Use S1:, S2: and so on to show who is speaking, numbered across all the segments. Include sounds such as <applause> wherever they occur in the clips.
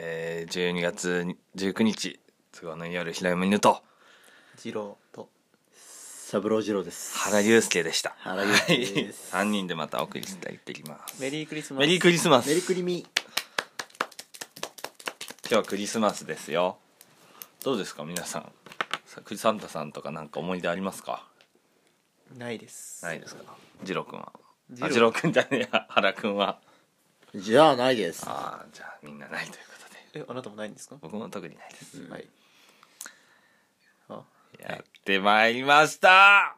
S1: 12月19日都合のいい夜平山犬と
S2: 次郎と
S3: 三郎次郎です
S1: 原祐介でした
S3: 原祐介です
S1: 3人でまたお送りしていってきます
S2: メリークリスマス
S1: メリークリスマス
S3: メリ
S1: 今
S3: クリミ
S1: 日はクリスマスですよどうですか皆さんさクリサンタさんとかなんか思い出ありますか
S2: ないです
S1: ないですか次郎くんは
S2: 二
S1: あ
S2: 郎
S1: 次郎くんじゃねえや原くんは
S3: じゃあないです
S1: ああじゃあみんなないということで
S2: えあなたもないんですか、
S1: 僕も特にないです
S2: はいあ
S1: やってまいりました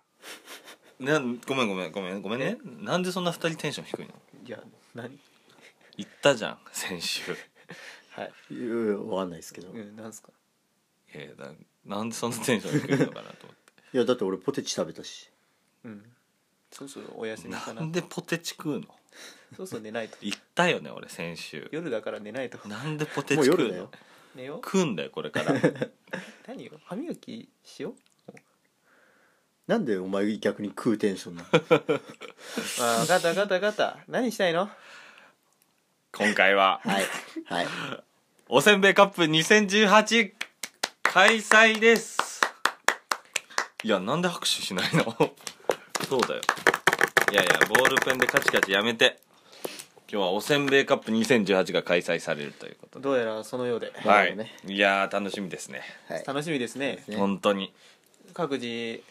S1: なごめんごめんごめんごめんねなんでそんな2人テンション低いの
S2: いや何
S1: 言ったじゃん先週
S2: はい
S3: いやいやわかんないですけど、
S2: う
S3: い
S2: んなんですか
S1: えだなんでそんなテンション低いのかなと思っ
S3: やだって俺ポテチ食べたし
S2: うんそろそろお休み
S1: て
S2: か
S1: な
S2: <laughs> なん
S1: でポテチ食うの
S2: そろそろ寝ないと
S1: 言ったよね俺先週
S2: 夜だから寝ないと
S1: なんでポテ
S3: も
S1: チ
S3: う
S1: 食う
S3: 夜
S1: の
S3: だよ
S2: 寝よう
S1: 食うんだよこれから
S2: 何よ歯磨きしよう
S3: なんでお前逆に食うテンションなの
S2: あ分かった分かった分かった何したいの
S1: 今回は
S3: はいはい
S1: おせんべいカップ2018開催ですいやなんで拍手しないのそうだよいやいやボールペンでカチカチやめて今日はおせんべいカップ2018が開催されるということで
S2: どうやらそのようで、
S3: な
S1: は
S3: るほ
S1: い、
S3: どね
S1: いやー楽しみですね
S3: はい
S2: 楽しみですね
S3: ね
S1: 本当に
S2: 各自、え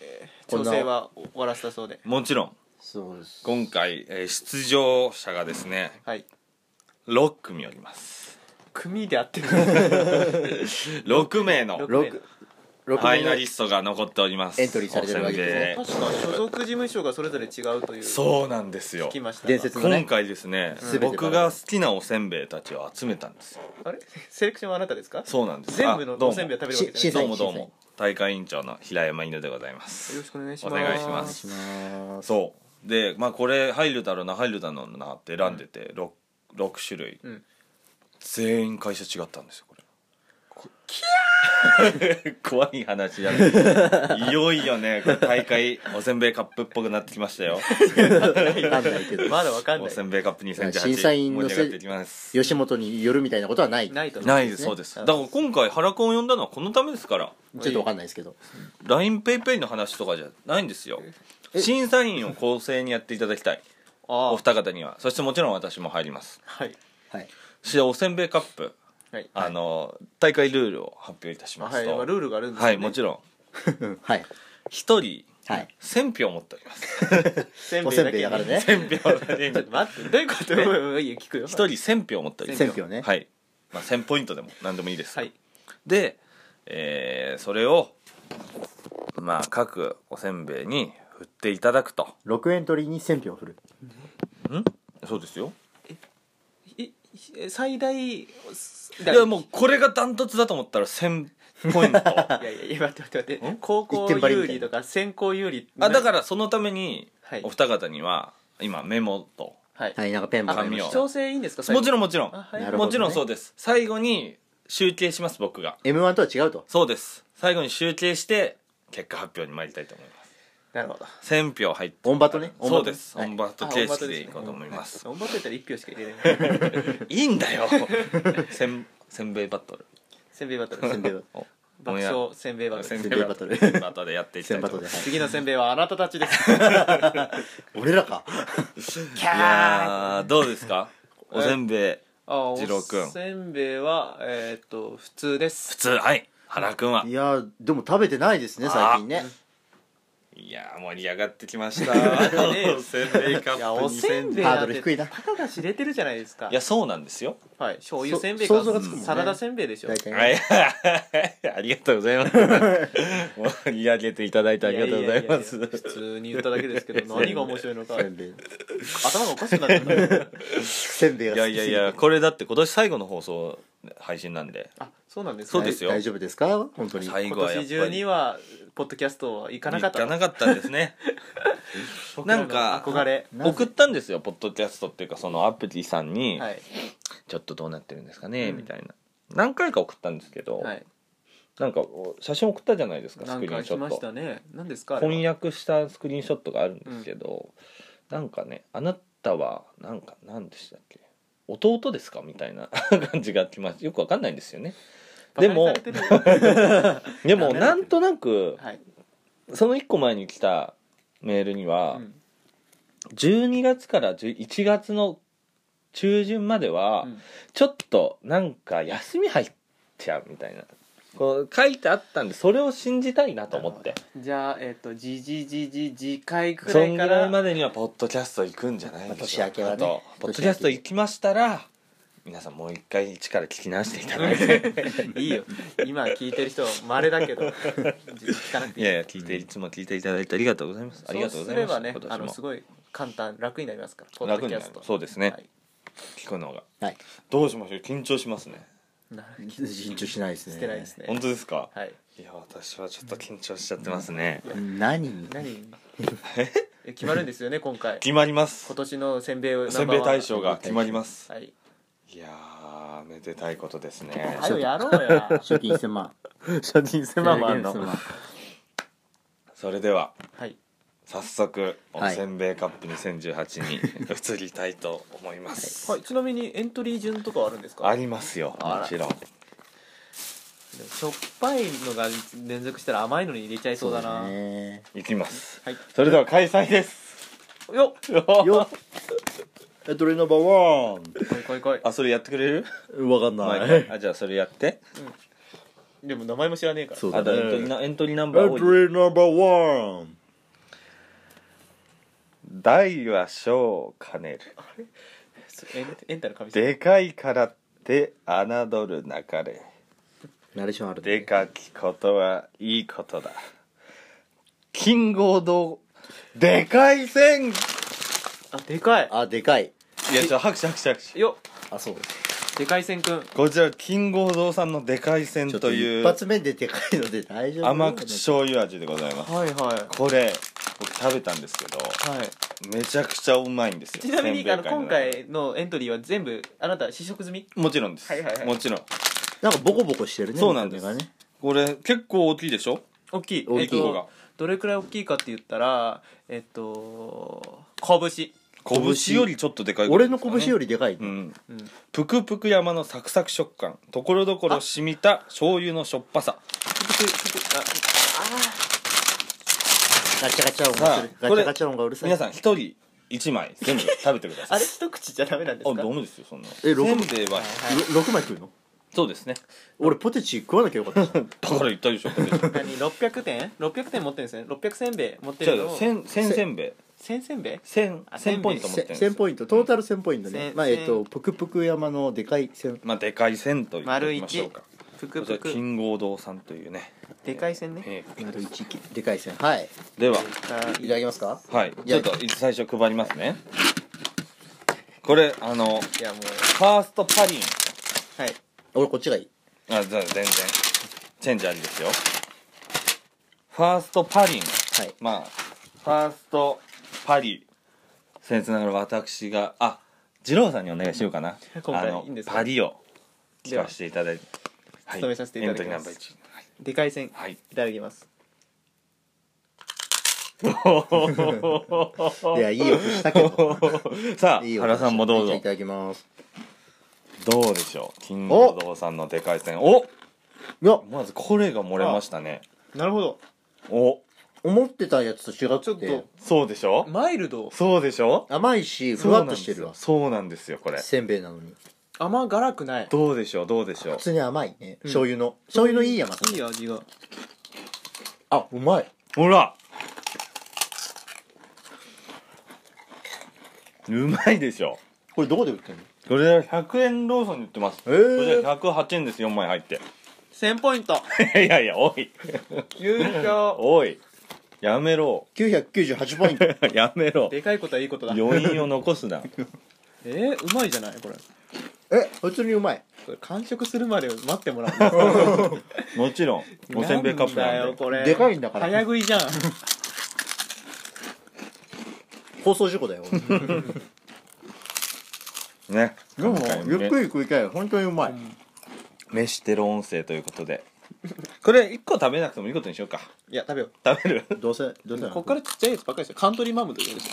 S2: ー
S3: こん
S2: 調
S3: な
S2: 整は終わらせたそうで
S1: もちろん
S3: そうです
S1: 今回、えー出場者がですね
S2: はい
S1: 6組おります
S2: 組で合ってる
S1: 6名の
S2: 六
S1: フ
S3: 六
S2: 六
S3: 六
S1: ァ
S3: 名
S1: イ
S3: の
S1: ナリストが残っております
S3: エントリーされてるわけですね
S1: お
S2: 確
S1: せんべい
S2: か所属事務所がそれぞれ違うという
S1: そうなんですよ
S2: 聞きました
S3: 伝説の
S1: 今
S3: ね
S1: 回ですね
S3: 全てバラ
S1: 僕が好きなおせんべいたちを集めたんですよ
S2: あれセレクションはあなたですか
S1: そうなんです
S2: 全部の
S1: あどう
S2: お
S1: も
S2: せんべいは食べるわけじゃ
S3: し
S1: ど
S2: ないよ
S1: うもどう
S3: 審査員
S1: も大会委員長の平山犬でございます
S2: ろしくお願いします
S1: お願いしま
S3: お願いします
S1: そうでまあこれ入るだろうな入るだろうなって選んでて 6, 六種類、
S2: うん
S1: 全員会社違ったんですよこれキャー <laughs> 怖い話だねいよいよねこれ大会おせんべいカップっぽくなってきましたよ
S3: <laughs> わかんないけど
S2: まだわかん
S1: お
S2: ない
S1: せんべいカップ2018
S3: 審査員
S1: 盛
S3: の
S1: り
S3: せ
S1: 上がっていきます
S3: 吉本に寄るみたいなことはない
S2: ないと思う
S1: ないですそうですだから今回原くんを呼んだのはこのためですから
S3: ちょっとわかんないですけど
S1: l i n e イ a y の話とかじゃないんですよ
S3: え
S1: 審査員を公正にやっていただきたい
S2: あ
S1: お
S2: ー
S1: 二方にはそしてもちろん私も入ります
S2: はい
S3: はい
S1: しおせんべいカップ
S2: はい
S1: あの大会ルールを発表いたしま
S2: は
S1: す
S2: い
S1: と
S2: まあルールがあるんです
S1: はいもち
S2: ろん
S1: ろん
S3: うんはい
S1: 一人
S3: はい
S1: 1000票持っております
S2: せん
S3: お
S2: べい
S3: せ
S2: だ
S3: んべい
S2: け
S3: だから
S2: ね
S3: ね
S1: 1000票
S2: <laughs> ちょっと待ってどういうことよいいよ聞く
S1: <laughs>
S2: よ
S1: 一人1000票持っております
S3: 1000票ね
S1: はいまあ1000ポイントでも何でもいいです
S2: はい
S1: で、えーそれをまあ各おせんべいに振っていただくと
S3: 6エントリーに1000票振る
S1: んそうですよ
S2: いい最大
S1: いやもうこれがダントツだと思ったら1000ポイントあ
S2: <laughs> いやいやいや待って待って待っ
S1: ん
S2: て高校
S3: 一点張りみ
S2: 有
S3: たい
S2: 利
S3: な
S2: とか先行有利
S1: だかららそのために
S2: はい
S1: お二方には今メモと
S2: はい
S3: はいなんかペンもらいま
S1: 紙を
S3: した
S2: 調整いいんですか最後
S1: もちろんもちろん、
S2: あはい
S3: なるほど
S1: もちろんそうです最後に集計します僕が
S3: M1 とは違うと
S1: そうです最後に集計して結果発表に参りたいと思いま
S2: なるほど
S1: す1000票入って
S3: オンバトねオンバ
S1: そう
S3: ト
S1: です、
S3: はい
S1: オンバート形式でいこうと思います
S2: あオンバトですねはいオンバトやったら1票しか入れない
S1: <laughs> いいんだよせんせんべいバトル
S2: せんべいバト
S3: せんべい
S2: ル
S3: は
S2: 爆笑せんべいバト
S1: せ
S2: ル
S1: んべ
S3: んべ
S1: い
S3: い
S1: バ
S3: バ
S1: ト
S3: ト
S1: ル
S3: ル
S1: バトルでやっていきた
S3: 千
S1: い
S3: バ
S1: と
S3: ト
S1: 思い
S3: で、
S1: ます
S3: はい、
S2: 次のせんべいはあなたたちです
S1: <laughs>
S3: 俺らか
S2: キ
S1: い
S2: ャー
S1: やーどうですかおせんべい
S2: あお
S1: 二郎君
S2: せんべいはえーっと普通で
S1: 普
S2: す
S1: 通はい原くんはい
S3: やーでも食べてないですね最近ね
S1: いやー盛り上がってきま <laughs> した
S2: ね
S1: おせんべいカ
S2: いや
S1: ップ
S2: おせんべい
S1: 2018
S3: ハ
S2: な
S3: ード
S2: ん
S3: ル
S2: て
S3: 低いな
S2: たかが知れてるじゃないですか
S1: いやそうなんですよ
S2: はい醤油
S3: そ
S2: せんべいか
S3: 想像がつくもんね
S2: サラダせんべいでしょ
S3: 大体
S1: は
S3: ね
S1: い <laughs> ありがとうございます盛り上げていただいてありがとうございます
S2: ややや普通に言っただけですけ
S1: <laughs>
S2: ど何が面白いのか
S3: せんべい
S2: 頭がおかしくなっちゃった
S1: <laughs>
S3: せんべい
S1: い
S3: が好き
S1: や
S3: す
S1: い
S3: ぎて
S1: や
S3: <laughs>
S1: いやこれだって今年最後の放送配信なんで
S2: あそうなんです
S1: そ
S2: か
S1: うですよ
S3: 大丈夫ですか本当に
S1: 最
S2: 今
S1: 後はや
S2: 年
S1: っ
S2: 中
S1: ぱ
S2: に
S1: り
S2: はポッドキャストはいかなかった
S1: 行かなかったんですね
S2: 僕らの
S1: なんか
S2: 憧れ
S3: なぜ
S1: 送ったんですよポッドキャストっていうかそのアプリさんに、
S2: はい
S1: ちょっとどうなってるんですかね、
S2: うん
S1: みたいな何回か送ったんですけど、
S2: はい
S1: なんかお写真送ったじゃないですか
S2: な
S1: スク
S2: ん
S1: リー
S2: か
S1: ンショ
S2: 来
S1: ッ
S2: まし
S1: ト、
S2: たね何ですかあれは
S1: 翻訳したスクリーンショットがあるんですけど、なんかねあなたはなんか何でしたっけ弟ですかみたいな感じがきますよくわかんないんですよねでも
S2: バカにされてる
S1: でも
S2: ダメだ
S1: な
S2: って
S1: んとなく
S2: はい、
S1: その1個前に来たメールには、
S2: うん
S1: 12月から11月の中旬までは、
S2: うん
S1: ちょっとなんか休み入っちゃうみたいなこう書いてあったんでそれを信じたいなと思って
S2: じゃあえっ、とじじじじじ回く
S1: そ
S2: ら
S1: ん
S2: い
S1: ぐ
S2: からら
S1: いまでにはポッドキャスト行くんじゃない
S3: まあ
S1: でし
S3: 年
S1: ょう
S3: 明けはね
S1: かとポッドキャスト行きましたら皆さんもう一回一から聞き直していただいて
S2: <laughs> いいよ今聞いてる人は稀だけど聞かなくてい
S1: い
S2: い
S1: やいや聞いていつも聞いていただいてありがとうございますありがとうございます
S2: そうすればね
S1: 今
S2: あ
S1: 年も
S2: のすごい簡単楽になりますからポッ
S1: 楽
S2: ド
S1: に
S2: キ
S1: な
S2: ャ
S1: る
S2: スト
S1: そうですね、
S2: はい
S1: 聞くのが
S3: はい
S1: どうしましょう緊張しますね
S2: な
S3: 緊張しないですね
S2: してないですね
S1: 本当ですか、
S2: はい
S1: いや私はちょっと緊張しちゃってますね、
S3: 何
S2: 何え決まるんですよね今回
S1: 決まります
S2: 今年のせんべいナンバー
S1: せ
S2: ワ
S1: ん
S2: ン
S1: べい大賞が決まります
S2: はい
S1: いやーめでたいことですね
S2: 早くやろうや
S3: 賞金1000万
S1: 初金千
S2: 万もあんの
S3: 1000万
S1: それでは
S2: はい
S1: 早速お
S3: はい
S1: せんべいカップ2018に移りたいと思います、
S2: はいちなみにエントリー順とかはあるんですか
S1: ありますよ
S2: あら
S1: もちろん
S2: しょっぱいのが連続したら甘いのに入れちゃいそうだな
S3: ね
S1: いきます
S2: はい
S1: それでは開催です
S2: よ
S1: よ
S3: よっどれナンバーワ
S2: っこいこいこい
S1: あそれやってくれる、
S3: ンわかん
S1: 毎
S3: ない
S1: 回あじゃあそれやって
S2: でも名前も知らねえから
S3: そう
S1: あ
S3: だ
S1: とエントリー
S3: ね
S1: なエントリーナン
S3: エン
S1: バー
S3: ト
S1: 多い
S3: リーナンバーワン
S1: 大は小を兼ねる
S2: エンエンタの神様
S1: でかいからって侮るなかれ
S3: ナレーションある
S1: でかきことはいいことだ金剛堂でかい線い
S2: あでかい
S3: あでかい
S1: やちょ拍手拍手拍手
S2: よ
S3: あそう
S2: っでかい線くん
S1: こちら金剛堂さんのでかい線
S3: ちょっ
S1: と
S3: と
S1: い
S3: 一
S1: う
S3: 発目ででかいので大丈夫
S1: 甘口醤油味でございます
S2: はいはい
S1: これ僕食べたんですけど
S2: はい
S1: めちゃくちゃうまいんですよ
S2: ちなみに
S1: せ
S2: あ
S1: ん
S2: の
S1: べい界
S2: 今回のエントリーは全部あなた試食済み
S1: もちろんです、
S2: はいはいはい
S1: もちろん
S3: なんかボコボコしてるね
S1: そうなんです
S3: 見た目がね
S1: これ結構大きいでしょ
S2: 大きい
S3: 大きい
S2: えっ
S1: 方が
S2: と、どれくらい大きいかって言ったらえっと拳
S1: 拳よりちょっとでかいぐら
S3: 俺
S1: いで
S3: の
S1: すかね
S3: 拳よりでかいね
S1: うん
S2: うん
S1: ぷくぷく山のサクサク食感ところどころ染みた醤油のしょっぱさ
S3: ガチャガチャ音
S1: さ
S3: が
S1: あ
S3: する
S1: こ
S3: ガ
S1: れ
S3: チャガチャ音がうるさい
S1: 皆さん一人一枚全部食べてくだ
S2: あ
S1: さい
S2: れ一口じゃダメなんです
S1: あ
S2: か
S1: ダメですよそんな
S3: え六
S1: せんべいは
S3: ろ6枚食うの
S1: そうですね
S3: 俺ポテチ食わなきゃよか <laughs> ったじゃん
S1: だから言ったでしょこれじ
S2: 何600点600点持ってるんですね600せんべい持って
S1: ゃ
S2: るの
S1: あ千千せんべい
S2: 1000せんべい
S1: 千
S2: あ
S1: 千ポイント持ってるんですよ
S3: 1000ポイントトータル1000ポイントね
S2: せん
S3: まあえっ
S2: せ
S3: とぷくぷく山のでかい千
S1: まあでかい千と言って
S2: 丸
S1: みましょう
S2: 一
S1: か
S2: ぷく
S1: こちら
S2: ぷく
S1: 金剛堂さんというね
S2: でかい線ね
S1: ええ
S3: 丸一でかい線はい
S1: では
S3: ただきますか
S1: はい
S3: い
S1: ちょっ
S3: や
S1: と最初配りますねこれあの
S2: いやもう
S1: ファーストパリン
S2: はい
S3: 俺こっちがいい
S1: あじゃあ全然チェンジありですよファーストパリン
S3: はい
S1: まあファーストパリ僭越ながら私があ二郎さんにお願いしようかな
S2: 今回
S1: あの
S2: いいんですか
S1: パリを聞かせていただいては
S2: 務めさせていただきます
S1: エントリー
S2: でかい線
S1: はい
S2: いただきます
S1: ナンバー
S3: いやいい音した
S1: <laughs>
S3: けど
S1: 1 <laughs> さ
S3: いい
S1: あ
S3: 音
S1: 原さんもどう
S3: じゃあ
S1: ぞ
S3: いただきます
S1: どうでしょう金剛堂さんのでかい線お
S3: いや
S1: まずこれが漏れましたね
S2: なるほど
S1: お
S3: 思ってたやつと違
S2: ちょ
S3: っ
S2: ってと
S1: そうでしょ
S2: マイルド
S1: そうでしょ
S3: 甘いし
S1: そ
S3: ふ
S1: うな
S3: わ
S1: ん
S3: っ
S1: で
S3: と
S1: す
S3: してるわ
S1: そうなんですよこれ
S3: せんべいなのに
S2: 甘辛くない
S1: どうでしょうどうでしょう
S3: 普通に甘い
S2: う
S3: ね
S2: ん
S3: 醤油の醤油のいい甘さ
S2: いい味が
S3: あうまい
S1: ほらうまいでしょ
S3: これどこで売ってんの
S1: これは100円ローソンに売ってますこ
S3: え
S1: れ108円です4枚入って <laughs>
S2: 1000ポイント
S1: いやいやおい
S2: 優勝
S1: おいやめろ <laughs>
S3: 998ポイント
S1: やめろ
S2: でかいことはいいことだ
S1: 余韻を残すな
S2: えー、うまいじゃないこれ
S3: え普通にうまい
S2: これ完食するまで待ってもらう
S3: <laughs>
S1: もちろんおせんべいカップ
S2: だ
S1: なん
S2: よ
S1: で
S2: これ
S3: でかいんだから
S2: 早食いじゃん
S3: 放送事故だよ
S1: ね
S3: でも
S1: 今回
S3: ゆっくり食いたい本当にうまい
S1: 飯テロ音声ということ
S3: <laughs>
S1: でこれ1個食べなくてもいいことにしようか
S2: いや食べよ
S1: 食べる
S3: どうせどうせ
S2: う
S3: なの
S2: こっからちっちゃいやつばっかりでしょカントリーマムとかでしょ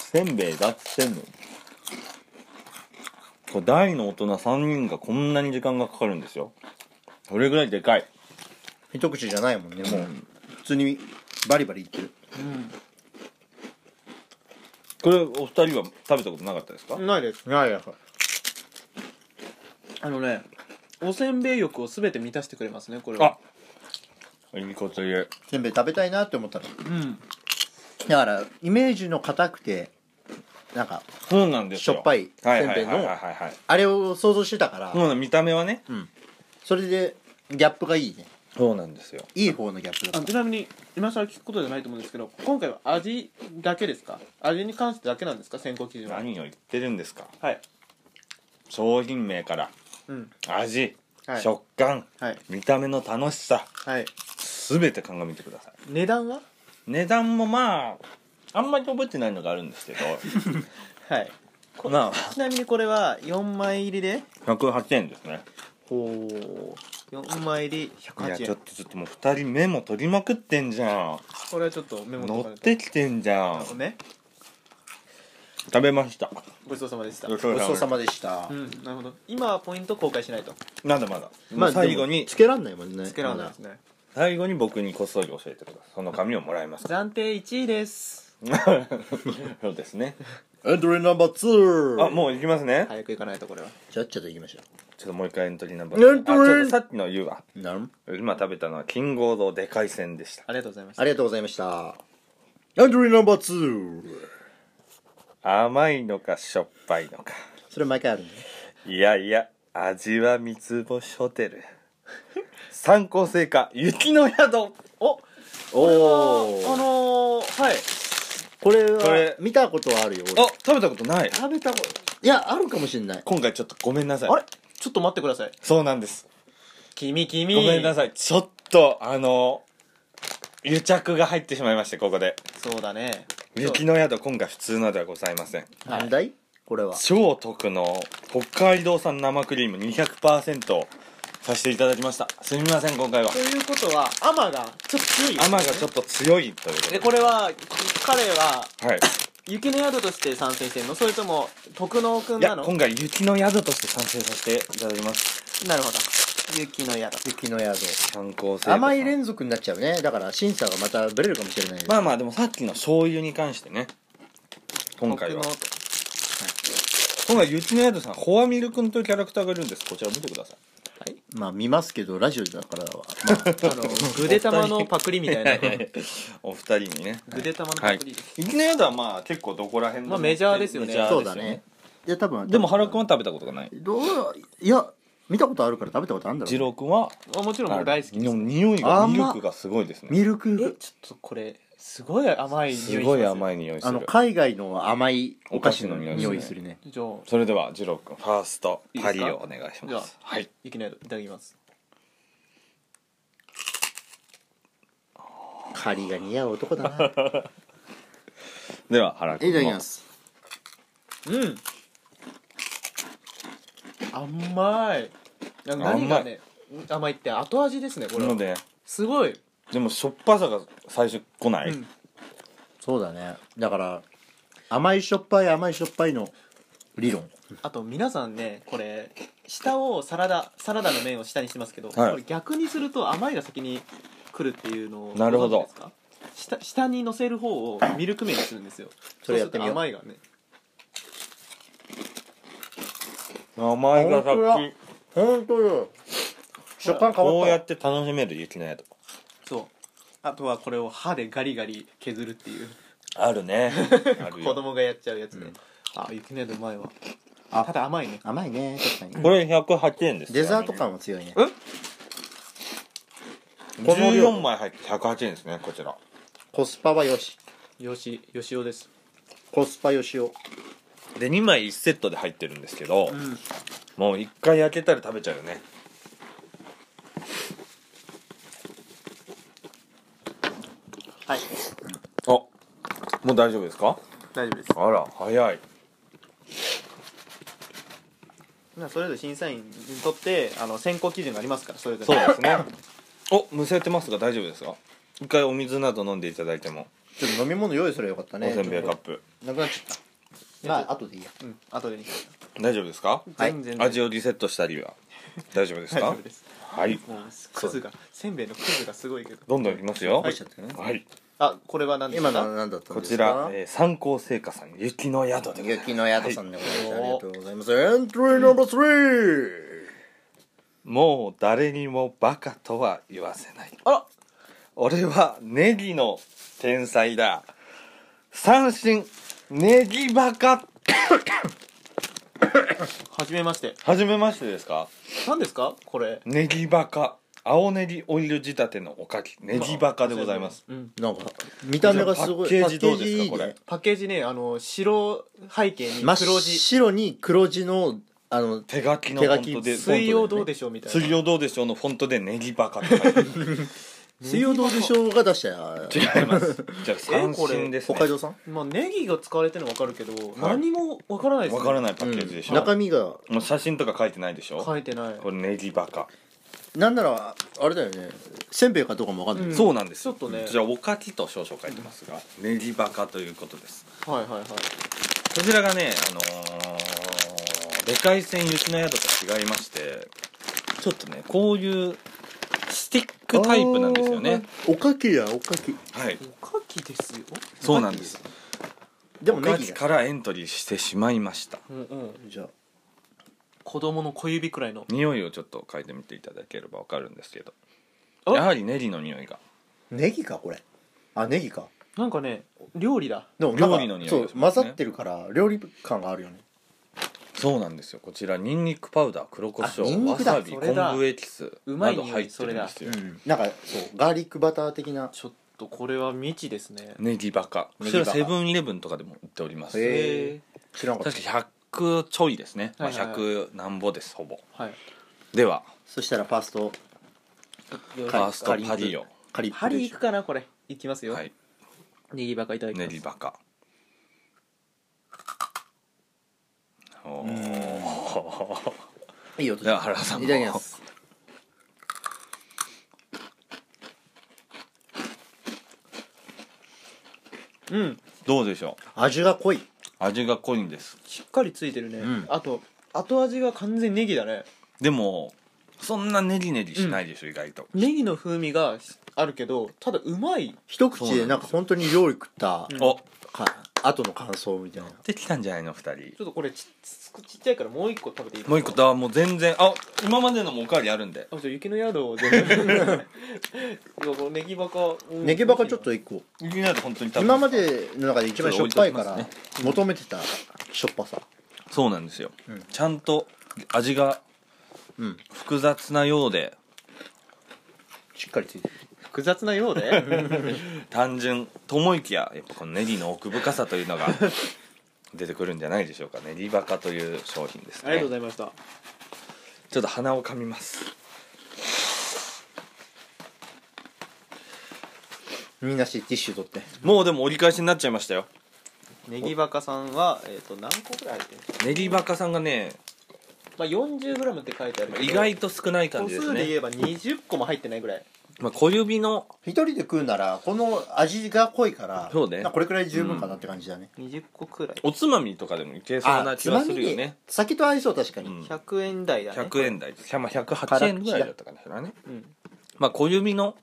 S1: せんべいだっつってんのこれ大の大人3人がこんなに時間がかかるんですよそれぐらいでかい
S3: 一口じゃないもんねもう普通にバリバリいってる
S1: これお二人は食べたことなかったですか、
S3: ないですないです
S2: あのねおせんべい欲を全て満たしてくれますねこれ
S1: あ
S2: は
S1: いいこと言う
S3: せんべい食べたいなって思ったの
S2: うん
S3: だからイメージの硬くてなんか
S1: そうなんですよ
S3: しょっぱい
S1: はいはいはい
S3: せんべいの
S1: はいはいはい
S3: あれを想像してたから、
S1: そうなん見た目はね
S3: それでギャップがいいね
S1: そうなんですよ
S3: いい方のギャップだ
S2: あ
S3: っ
S2: ち
S3: た
S2: なみに今更聞くことじゃないと思うんですけど今回は味だけですか味に関してだけなんですか選考基準は
S1: 何を言ってるんですか
S2: はい
S1: 商品名から
S2: うん
S1: 味、
S2: はい
S1: 食感
S2: はい
S1: 見た目の楽しさ
S2: はい
S1: 全て鑑みてください
S2: 値段は
S1: 値段もまああんまり覚えてないのがあるんですけ
S2: はい
S1: どま
S2: ちなみにこれは4枚入りで
S1: あ108円ですね
S2: ほう4枚入り
S1: いや
S2: 108
S1: ちょ
S2: 円
S1: っとちょっともう2人メモ取りまくってんじゃん
S2: これはちょっとメモ
S1: 乗
S2: と
S1: っ
S2: か
S1: てきてんじゃん
S2: でね
S1: 食べました
S2: ごちそうさまでした
S1: ごち
S3: ごち
S1: そ
S3: そうう
S1: さ
S3: さ
S1: ま
S3: までした、
S2: うんなるほど今はポイント公開しないと
S1: まだまだ、まあ、
S3: でも
S1: 最後に
S3: つけらんないもんね
S2: つけられないです
S3: まだ
S2: ね
S1: 最後に僕にこっそり教えてくださいその紙をもらいます
S2: <laughs> 暫定1位です
S1: そうですね
S3: エントリーナンバー2
S1: あもう行きますね、
S2: 早く行かないとこれは
S3: じゃっちゃといきましょ
S1: ちょっともう一回エントリーナンバ
S3: エ
S1: ー
S3: ントリー
S1: あちょっとさっきの言うわ
S3: うなん
S1: 今食べたのは金剛堂でかい線でした
S2: ありがとうございました
S3: ありがとうございましたエントリーナンバー2
S1: 甘いのかしょっぱいのか
S3: それ毎回あるね
S1: いやいや味は三つ星ホ
S2: <laughs>
S1: テル参考成果雪の宿
S2: おあ
S3: お
S2: あ
S3: お
S2: のー、はい
S3: これ
S1: これ
S3: は見たことはあるよ俺
S1: あ食べたことない
S2: 食べたこと
S3: いやあるかもしんない
S1: 今回ちょっとごめんなさい
S2: あれちょっと待ってください
S1: そうなんです
S2: 君君
S1: ごめんな
S2: さ
S1: さいちょっとあの癒着が入ってしまいましてここで
S2: いそうだね
S1: 雪の宿今回普通のではございません
S2: はい
S3: なんだいこれは
S1: 超特の北海道産生クリーム200%をさせていただきましたすみません今回は
S2: ということはアマがちょっと強い
S1: 甘がちょっと強いということ
S2: え
S1: で
S2: これは彼は
S1: はい
S2: 雪の宿として参戦してるのそれとも徳能くん
S1: い
S2: な
S1: や
S2: の
S1: 今回雪の宿として参戦させていただきます
S2: なるほど雪の宿
S3: 雪の宿
S1: 参考成果
S3: 甘い連続になっちゃうねだから審査がまたブレるかもしれないです
S1: まあまあでもさっきの醤油に関してね今回は
S2: 徳能
S1: 今回雪の宿さんホアミル君というキャラクターがいるんですこちら見てください
S3: まあ見ますけどラジオだ <laughs> からは、
S2: とあのぐで玉のパクリみたいな
S1: <laughs> お二人にね
S2: ぐで玉の
S1: は
S2: パ
S1: い
S2: クリです、
S1: 雪の宿はまあ結構どこら辺の
S2: まあメジャーですよね
S1: メジャ
S3: まあ、
S1: ー
S3: そうだねいや多分
S1: でも原君は食べたことがない
S3: どういや見たことあるから食べたことあるんだろう
S1: 二郎君は
S2: あもちろん僕大好き
S1: で
S2: です
S1: も匂いが
S3: 甘っ
S1: ミルクがすごいですね
S3: ミル
S2: え
S3: ク
S2: ちょっとこれすごい甘い匂い
S1: すごい甘
S2: い
S1: い匂いす
S3: あの
S1: る
S3: 海外の甘いお菓子の匂いするね
S2: じゃあ
S1: それでは二郎君ファースト
S2: いいで
S1: パ
S2: すか
S1: リをお願いし
S2: じゃあ
S1: ますはい
S2: 雪の宿いただきます
S3: カリが似合う男だ <laughs> な
S1: では原
S3: えい
S1: 君
S3: ただき
S1: も
S3: ます
S2: うん甘いなんか何がね甘いって後味ですねこれ
S1: な
S2: は
S1: ので
S2: すごい、
S1: でもしょっぱさが最初来な
S2: う
S1: い
S2: ん、
S3: そうだねだから甘いしょっぱい甘いしょっぱいの理論
S2: あと皆さんねこれ下をサラダサラダの面を下にしてますけど、
S1: はい
S2: これ逆にすると甘いが先に来るっていうのを
S1: なるほど
S2: ご存知ですか下下に乗せる方をミルク麺にするんですよ
S3: それやってみよう
S2: そうすると甘いがね
S1: 甘いが
S3: 本当だ
S1: 先
S3: 本当よ食感変
S1: こ
S3: わ
S1: う
S3: っ
S1: や
S3: た
S1: って楽しめる雪の宿
S2: そうあとはこれを歯でガリガリ削るっていう
S1: ある
S3: <laughs>
S1: ねある
S2: 子
S1: よ
S2: 供がやっちゃうやつで、あ雪の宿うまいわあただ甘いね
S3: 甘いね確かに
S1: これ108円です
S3: デザート感は強いね
S1: こ
S3: こ
S1: の
S3: の量
S1: 14枚入って108円ですねこちら
S3: コスパはよし
S2: よしよしおです
S3: コスパよしお
S1: で2枚1セットで入ってるんですけど、
S2: うん
S1: もう1回開けたら食べちゃうよね
S2: はい
S1: あもう大丈夫ですか
S2: 大丈夫です
S1: あら早い
S2: まあそれぞれ審査員にとってあの選考基準がありますからそれぞれ
S1: そうですねおむせてますが大丈夫ですか一回お水など飲んでいただいても、
S3: ちょっと飲み物用意すればよかったね
S1: おせんべいカップ
S3: なくなっちゃったまあ後でいいや
S2: うん後でにしましょう
S1: 大丈夫ですか
S3: はい
S2: 全然
S1: 味をリセットしたりは大丈夫です
S2: 大丈
S1: か
S2: 夫です
S1: はい
S2: もうクズがせんべいのクズがすごいけど
S1: どんどんいきますよ
S3: 落ちちゃったね
S1: はい
S2: あこれは何ですか
S3: 今のは何だったん
S1: こ
S3: です
S1: ち、
S3: から
S1: えー、参考製菓さん雪の宿でございます
S3: 雪の宿さんでございます、
S2: はい
S3: ありがとうございますエントリーナンバー3
S1: もう誰にもバカとは言わせない
S2: あら
S1: 俺はネギの天才だ三振ネギバカ
S2: はじめまして
S1: はじめましてですか
S2: 何ですかこれ
S1: ネギバカ青ネギオイル仕立てのおかきネギバカでございます
S2: うん
S3: なんか見た目がすごい
S1: パッケージどうですか
S3: パッケージいいね
S2: パッケージねあの白背景に
S3: 真
S2: 黒
S3: っ
S2: 字
S3: 白に黒字のあの
S1: 手書きの
S3: 手
S1: フォ
S3: 書
S1: ン
S3: き
S1: トで
S3: 水
S2: 水曜どうでしょうみたいな
S1: 水曜どうでしょうのフォントでネギバカって書いてある
S3: 水曜どうでしょうが出したよ
S1: 違いますじゃあ三振です
S3: 北
S1: ね
S3: 海道産
S2: まあネギが使われてるの分かるけど、何も分からないです
S1: わから
S2: い
S1: ないパッケージでしょ
S3: うん、中身が
S1: もう写真とか書いてないでしょ
S2: 書いてない
S1: これネギバカ、
S3: なんならあれだよねせんべいかどうかもわかんない、
S2: うん
S1: そうなんです
S2: ちょっとね
S1: じゃあおかきと少々書いてますがネギバカということです
S2: はいはいはい
S1: こちらがねあのー、でかい線雪の宿と違いましてちょっとねこういうスティックタイプなんですよね
S3: あーおかきやおかき
S1: はい
S2: おかきですよ
S1: そうなんです
S3: で
S1: お
S3: もネ
S1: か
S3: ギ
S1: き
S3: が
S1: からエントリーしてしまいました
S2: うんうん
S3: じゃあ
S2: 子供の小指くらいの
S1: 匂いをちょっと嗅いでみていただければわかるんですけど
S2: あ
S1: やはりネギの匂いが
S3: ネギかこれあネギか
S2: なんかね料理だ
S3: でもなんか
S1: 料理の匂いがし
S3: そう
S1: ますね
S3: 混ざってるから料理感があるよね
S1: そうなんですよこちらニンニクパウダー黒胡
S3: あニ
S1: 椒
S3: ンニ
S1: わ
S3: クだ
S1: さび
S2: そ
S1: 昆
S2: れだ
S1: 布エキス
S2: うま
S1: ないど
S2: 匂い
S1: 入ってるんですよ
S3: うんなんかそうガーリックバター的な
S2: ちょっとこれは未知ですね
S1: ネギバカこ
S3: ネギ
S1: ちら
S3: バカ
S1: セブンイレブンとかでも売っております
S3: へー
S2: へ
S3: 知らんかった
S1: 確か100ちょいですね、
S2: はいはいは
S1: ま
S2: い
S1: あ、100なんぼですほぼ
S2: ーはい
S1: では
S3: そしたらファースト
S1: フ
S2: フ
S1: ァーストパリオ
S3: カリッ
S2: ハ
S3: プで
S2: リ
S3: し
S2: 行
S3: ょ
S2: くかなこれ行きますよ、
S1: はい
S2: ネギバカいただきま
S1: ネ
S2: す
S1: ギバカお
S3: う
S1: ー
S3: んいい音
S1: では原さんも
S3: いただきます
S2: うん
S1: どうでしょう
S3: 味が濃い
S1: 味が濃いんです
S2: しっかりついてるね、
S3: うん
S2: あと後味が完全にネギだね
S1: でもそんなネギネギしないでしょ、意外と
S2: ネギの風味があるけどただうまい
S3: 一口でなんか本当に料理食った
S2: うん
S1: お
S3: か後の感想みたいな
S1: できたんじゃないの2
S2: ちょっとこれちちちっちゃいからもう一個食べていい
S1: 人
S2: ですか
S1: もう一個だもう全然あ今までのもおかわりあるんで
S2: あじゃあ雪の宿を全 <laughs> 部いやこのネギバカ、うん
S3: ネギバカちょっと一個
S1: 気になる本当に食べ
S3: 今までの中で一番しょっぱいから
S1: ちょっと
S3: 求めてたしょっぱさ
S1: そうなんですよ、
S3: うん
S1: ちゃんと味が
S3: うん
S1: 複雑なようで
S3: しっかりついてる
S2: 複雑なよう <laughs> で
S1: 単純と思いきややっぱこのネギの奥深さというのが出てくるんじゃないでしょうかネギバカという商品です
S2: ありがとうご
S1: ね
S2: ざいました
S1: ちょっと鼻をかみます
S3: みんなしてティッシュ取って
S1: もうでも折り返しになっちゃいましたよ
S2: ネギバカさんは、えー、と何個ぐらい入ってるんですか、
S1: ネギバカさんがね
S2: まあ、40g って書いてあるけど
S1: 意外と少ない感
S2: 個
S1: じです
S2: 数で言
S1: ね、
S2: えば20個も入ってないぐらい
S1: まあ、小指の
S3: 一人で食うならこの味が濃いから
S1: そうね
S3: なんかこれくらい十分かなって感じだね
S2: 20個くらい
S1: おつまみとかでもいけそうな気はするよね
S3: 酒と合いそう確かに、
S1: うん
S2: 100円台だね
S1: 100円台ですまあ108円ぐらいだったかなそれはね
S2: うん
S1: まあ小指の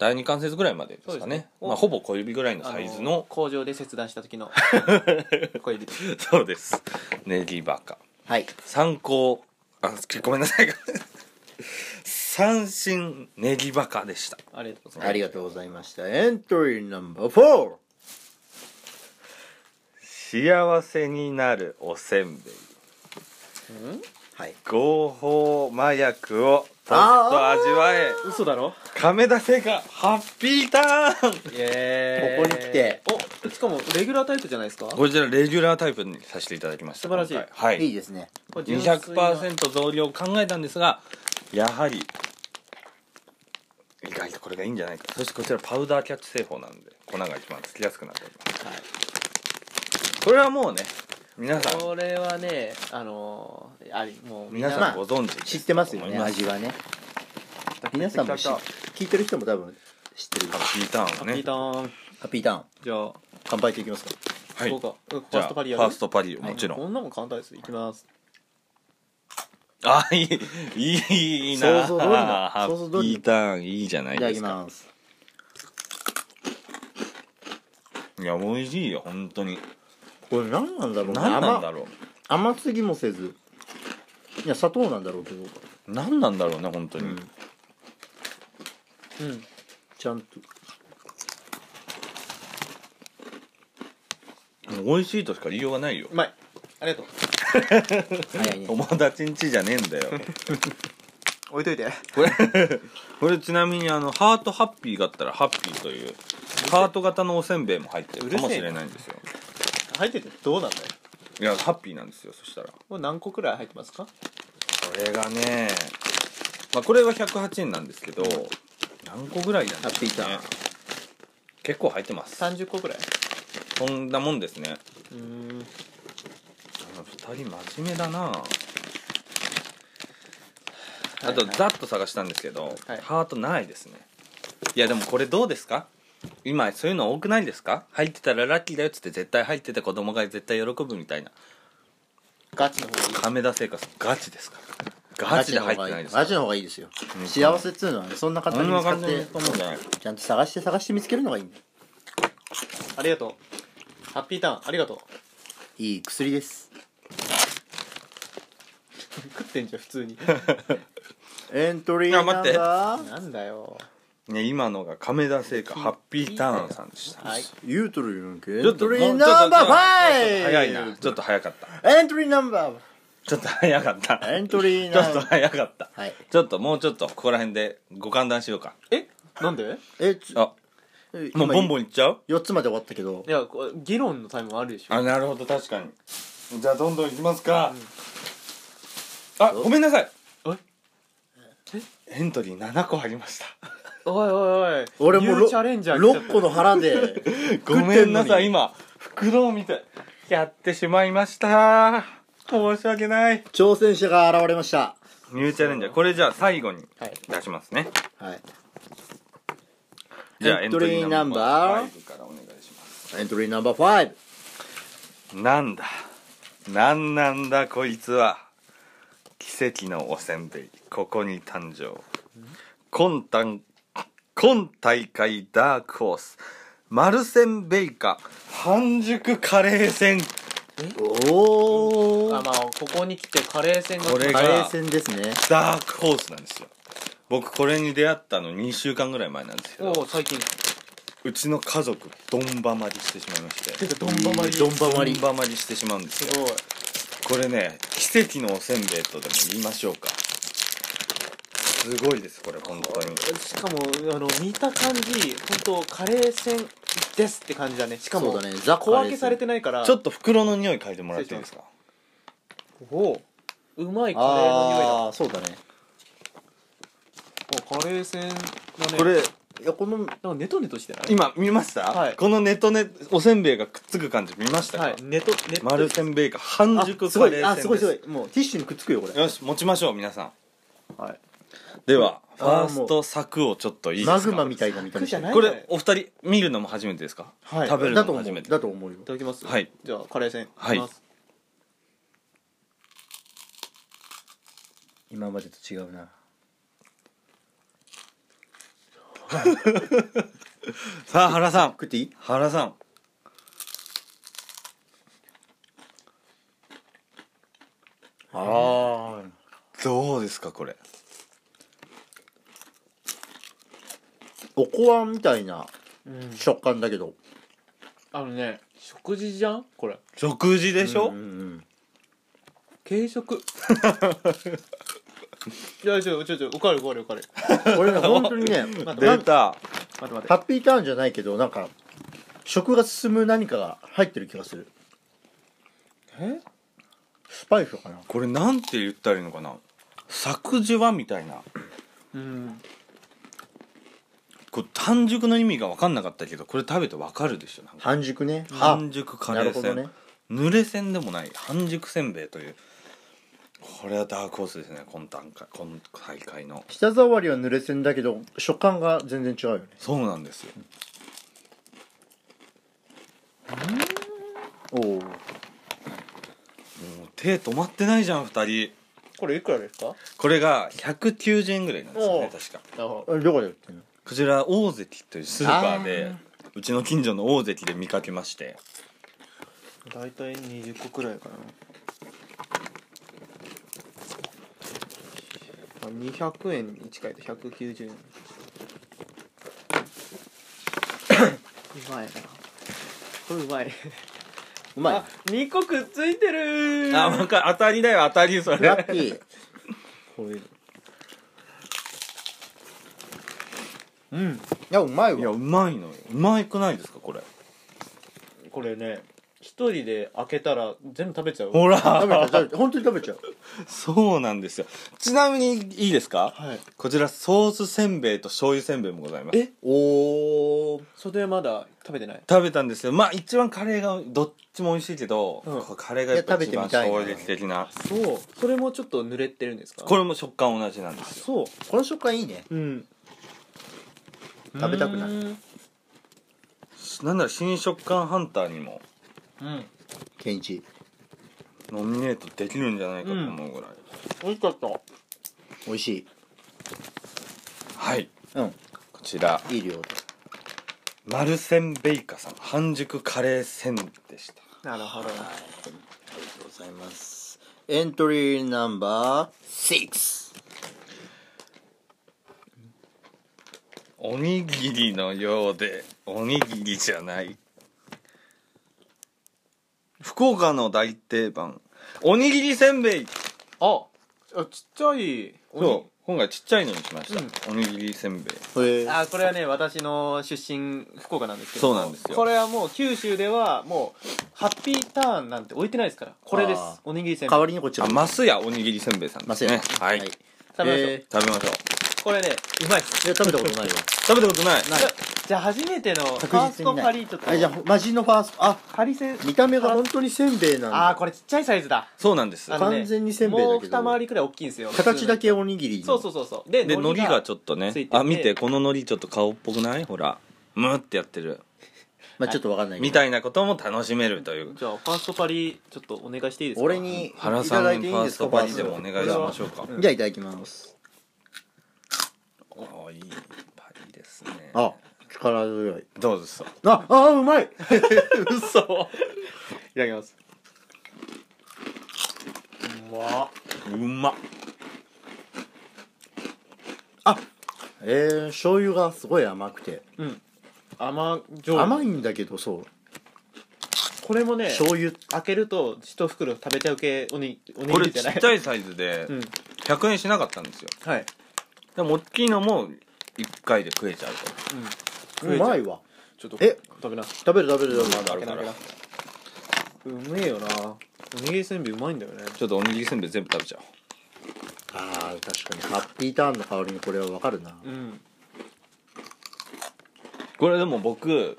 S1: 第二関節ぐらいまでです
S2: そうで
S1: か
S2: す
S1: ね
S2: ね
S1: まあ、ほぼ小指ぐらいのサイズ
S2: あ
S1: の
S2: 工場で切断した時 <laughs> の小指です
S1: そうです <laughs> ネギバカ
S3: はい
S1: 参考あごめんなさい <laughs> 三振ネギバカでした
S2: ありがとうございます
S3: ありがとうございましたエントリーナンバー4
S1: 幸せになるおせんべい
S3: はい
S1: 合法麻薬をとっと
S3: あー
S1: 味わえ
S2: 嘘だろ
S1: 亀田製菓ハッピーターン
S2: イエーイ
S3: ここに来て
S2: おしかもレギュラータイプじゃないですか
S1: こちらレギュラータイプにさせていただきました
S2: 素晴らしい
S1: 今回はい
S3: い
S1: い
S3: ですね
S2: これ純粋な
S1: 200%増量を考えたんですがやはり意外とこれがいいんじゃないかそしてこちらパウダーキャッチ製法なので粉が一番つきやすくなっております
S2: はい
S1: これはもうね皆さん
S2: これはねあのー、ありもう
S1: 皆
S3: ま
S1: さん
S3: あ
S1: ご存知
S3: 知ってますよね
S1: ハッ
S3: 味はね皆さんも知聞いてる人も多分知ってる
S1: ピーターンを
S2: ピー
S1: ね
S2: ターン
S3: ハッピーターン
S2: じゃあ
S3: 乾杯といきますか
S1: はい
S2: どうかうんフ
S1: じ
S2: ァ
S1: ゃ
S2: ー
S1: あ
S2: ス
S1: フ
S2: トパリ
S1: ァ
S2: や
S1: ーストパリをもちろん、
S2: こんなもん簡単ですいきます
S1: あいいいいいいな
S3: 想像通りの
S1: ハ
S3: 想像通
S1: ッ
S3: りの
S1: ピーターンいいじゃない
S3: いただ
S1: で
S3: き
S1: すか
S3: ます
S1: いや美味しいよ本当に
S3: これ何なんだろうね
S1: 何なんだろ
S3: 甘甘すぎもせずいや砂糖なんだろうけど
S1: う何なんだろうね本当に、
S3: うん
S2: うん
S3: ちゃんと
S1: 美味しいとしか言いようがないよ
S2: うまいありがとう
S3: 早い
S1: <laughs>
S3: ね
S1: 友達んちじゃねえんだよ
S2: 置いといて
S1: これこれちなみにあのハートハッピーがあったらハッピーというハート型のおせんべいも入ってるかもしれないんですよ
S2: 入っててどうなんだよ
S1: いやハッピーなんですよそしたらこ
S2: これ何個くらい入ってますか
S1: れがね、まあ、これは108円なんですけど何個ぐらいだね
S3: ハッピーターン
S1: 結構入ってます
S2: 30個くらい
S1: そんなもんですね
S2: うーん
S1: あの2人真面目だなあ
S2: はい
S1: と
S2: はい
S1: ざっと探したんですけど、
S2: はい
S1: ハートないですねいやでもこれどうですか今そういうの多くないですか入ってたらラッキーだよっつって絶対入ってて子供が絶対喜ぶみたいな
S2: ガチの方がいい
S1: 亀田製菓さんガチですからガチで入ってないですか
S3: ガチの方がいいですよ幸せっつうのはねそんな簡
S1: そ
S3: 単
S1: ん
S3: に
S1: な感じ
S3: 見つかって
S1: と思うんじゃない
S3: ちゃんと探して探して見つけるのがいいんだよ
S2: ありがとうハッピーターンありがとう
S3: いい薬です
S2: 食ってんじゃん普
S1: <laughs>
S2: 通に
S3: エントリー
S1: あ
S3: ナン
S1: 待って
S3: バー
S2: なんだよ
S1: ね今のが亀田製菓ハッピーターンさんでした
S2: はい
S3: 言うとるやんけエ
S1: ちょ
S3: ン
S1: っと
S3: ト
S1: もうち
S3: リ
S1: ょ
S3: ー
S1: っと
S3: ナンバー
S1: 早い
S3: 5!
S1: なちょっと早かった
S3: エントリーナンバ
S1: ちょっと早かった
S3: ーエントリー
S1: ちょっ
S3: ナン
S1: と
S3: バー
S1: 早かった
S3: はい
S1: ちょっともうちょっとここら辺でご勘談しようか
S2: えなんで
S3: えち
S1: あ
S3: え
S1: もうボンボ
S3: ン
S1: ンいっちゃう
S3: 4つまで終わったけど
S2: いやこう議論のタイムあるでしょ
S1: あなるほど確かにじゃあどんどんいきますか、あごめんなさい
S2: おい
S1: エントリー7個ありました
S2: おいおいおい
S3: 俺も
S2: ニューチャレンジャー来ちゃっ
S3: 6個の腹で
S1: <laughs> <laughs> ごめんなさい
S3: 食ってんのに
S1: 今袋を見てやってしまいました申し訳ない
S3: 挑戦者が現れました
S1: ニューチャレンジャーこれじゃあ最後に
S2: たはい
S1: 出しますね
S3: はい
S1: じゃあ
S3: エントリーナンバ
S1: エ
S3: ー
S1: ントリーナンバー5からお願いします
S3: エントリーナンバー5
S1: なんだなんなんだこいつは奇跡のおせんべいここに誕生今大今大会ダークホースマルセンベイカ半熟カレー戦
S3: お
S2: あ
S3: お
S2: まあここに来てカレー戦が
S1: これ
S3: カレー戦ですね
S1: ダークホースなんですよ僕これに出会ったの2週間ぐらい前なんですけ
S2: お
S1: ど
S2: お最近
S1: うちの家族ドンバマりしてしまいまして
S2: ドンバマリ
S3: ドンバマリ
S1: ドンバマりしてしまうんです
S2: す
S1: よ
S2: ごい
S1: これね奇跡のおせんべいとでも言いましょうかすごいですこれ本当に
S2: しかもあの見た感じ本当カレー戦ですって感じだねし
S3: し
S2: か
S3: か
S2: も
S3: もだねザ
S2: 小分けされてないから
S1: ちょっと袋の匂い嗅いでもらっていいですか
S2: おうまいカレーの匂いだ
S3: ああーそうだね
S2: おカレー戦だね
S1: これ
S3: いやこの
S2: なんかネトネトしてない
S1: 今見ました、
S2: はい
S1: このネトネおせんべいがくっつく感じ見ましたか、
S2: はいネトネト
S1: 丸せんべいが半
S3: あ
S1: 熟
S3: す
S1: カ
S3: ご
S1: レ
S3: い
S1: ー
S3: あ
S1: せんべ
S3: すご
S1: い
S3: い
S1: です
S3: ごいもうティッシュにくっつくよこれ
S1: よし持ちましょう皆さん
S2: はい
S1: ではファ
S3: あ
S1: ー
S3: ー
S1: スト作をちょっといいですか
S3: マグマみたいな見た目
S2: 苦じゃない
S1: これお二人見るのも初めてですか、
S2: はい
S1: 食べる
S3: だ
S1: の
S3: と
S1: も
S3: 思
S1: 初
S3: う
S1: めて
S3: だと思うよ
S2: いただきます
S1: はい
S2: じゃあカレー戦
S1: はい
S2: きます
S3: 今までと違うな
S1: さあ原さん
S3: 食っていい
S1: 原さん
S3: ああ
S1: どうですかこれ
S3: おこわみたいな
S2: うん
S3: 食感だけど
S2: あのね食事じゃんこれ
S1: 食事でしょ、
S3: うんうん
S2: 軽食いやちょちょちょおかわりおかわりおかわり
S3: うんこれね本当
S1: <laughs>
S3: にねなん
S1: 出た
S2: 待って待
S3: ハ
S2: っ
S3: ッピーターンじゃないけどなんか食が進む何かが入ってる気がする
S2: てえ
S3: スパイスかな
S1: これなんて言ったらいいのかな作樹はみたいな
S2: うん
S1: こう単熟の意味が分かんなかったけどこれ食べて分かるでしょなんか
S3: 半熟ねあ
S1: 半熟カレ
S3: なる
S1: ー
S3: ほ
S1: せ
S3: ど
S1: ん、
S3: ね
S1: 濡れせんでもない半熟せんべいというこれはダークホースですね今大会今大会の
S3: 舌触りは濡れせんだけど食感が全然違うよね
S1: そうなんですよ
S3: おお
S1: もう手止まってないじゃん2人
S2: これいくらですか
S1: これが190円ぐらいなんですよ
S2: お
S1: ね
S2: う
S1: 確か
S2: なるほ
S3: えどこで売ってんの
S1: こちら大関というスーパーでうちの近所の大関で見かけまして
S2: ど大体20個くらいかなあ200円に近いと190円うまいなこれうまいう
S3: うまい
S2: あ2個くっついてるー
S1: あなんか当たりだよ当たりそ
S3: ラッ
S1: れ
S3: キー
S2: これうん
S3: いやうまい
S1: いや
S3: わ
S1: うまいのようまいくないですかこれ
S2: これね一人で開けたら全部食べちゃう
S1: ほ
S3: 食べちゃう
S1: ら
S3: 食べちゃう本当に食べちゃう
S1: そうなんですよちなみにいいですか
S2: はい
S1: こちらソースせんべいと醤油せんべいもございます
S2: えおーそれはまだ食べてない
S1: 食べたんですよまあ一番カレーがどっちも美味しいけど、
S2: うん
S1: こうカレーがやっぱ一番
S3: いや食
S1: 衝
S3: べてみたいな
S1: 撃的な
S2: そうそれもちょっと濡れてるんですか
S1: これも食感同じなんですよ
S2: そ
S3: この食感いいね
S2: ううん
S3: 食べたくなる
S2: うん
S1: なんなら新食感ハンターにも
S2: うん
S3: ケンイチ
S1: ノミネートできるんじゃないかと思うぐらい、
S2: 美味しかった
S3: 美味しい
S1: はい
S3: うん
S1: こちら
S3: いい量
S1: マルセンベイカさん半熟カレーせんでした
S2: なるほど
S3: はい、ありがとうございます。エントリーナンバー6。
S1: おにぎりのようでおにぎりじゃない福岡の大定番おにぎりせんべい
S2: ああちっちゃい
S1: そう今回ちっちゃいのにしました、おにぎりせんべい
S3: へえ。
S2: あこれはね私の出身福岡なんですけど
S1: そうなんですよ
S2: これはもう九州ではもうハッピーターンなんて置いてないですからこれです
S3: あー
S2: おにぎりせんべい
S3: 代
S2: 食
S3: わりにこっちら。
S1: あますやおにぎりせんべいさんで
S3: ますせん。
S1: ねはい、
S3: いや
S2: べましょう、
S3: え
S1: 食べましょう
S2: これねうまいっす
S3: 食べたことないわ。
S1: 食べたことない
S3: ない
S2: じゃじゃあ初めてのファーストパリートと
S3: あ、じゃあ、マジのファースト。あ、
S2: パリせん
S3: 見た目が本当にせんべいなんだ。
S2: あーこれちっちゃいサイズだ
S1: そうなんです
S2: あのね
S3: 完全にせんべいだけど
S2: もう二回りくらい大きいんですよ
S3: 形だけおにぎり。
S2: そうそう
S3: う。
S2: そうそうで
S1: で海苔がちょっとね
S2: ついてて
S1: あ見てこの海苔ちょっと顔っぽくないほらムってやってる
S3: まあちょっとわかんないけど。
S1: みたいなことも楽しめるという
S2: じゃあファーストパリちょっとお願いしていいですか
S3: 俺に、いた
S1: 原さんフ
S3: だ
S1: ァ
S3: いていい
S1: ー
S3: で
S1: ス
S3: すか
S1: トパリでもお願いし
S3: ファー
S1: ま
S3: ス
S1: しょうか
S3: トじゃあ、いただきます。
S1: あいいパリですね
S3: あ、力強い。
S1: どうですか
S3: あ、あ、う
S1: <laughs>
S3: まい
S2: 嘘いただきますうまっ
S1: うまっ
S3: えー、醤油がすごい甘くて。
S2: うん甘じょうゆ
S3: 甘いんだけど、そう。
S2: これもね
S3: 醤油。
S2: 開けると一袋食べちゃう系おにおに
S1: これ
S2: ぎり
S1: ち
S2: じゃない
S1: っちゃいサイズで
S2: うん
S1: 100円しなかったんですよ
S2: はい、
S1: でも大きいのも1回で食えちゃう
S2: うん、
S3: うま
S2: い
S3: いわ。
S2: ちょっと
S3: え
S2: 食べな
S3: 食べる食べる食べ
S1: と
S3: る。
S1: あ
S2: 開
S1: る
S2: けな
S1: か
S2: 開け
S1: ら
S2: なうめえよなおにぎりせんべいうまいんだよね
S1: ちょっとおにぎりせんべい全部食べちゃ
S3: あー確かにハッピーターンの代わりにこれはわかるな
S2: うん
S1: おうこれでも僕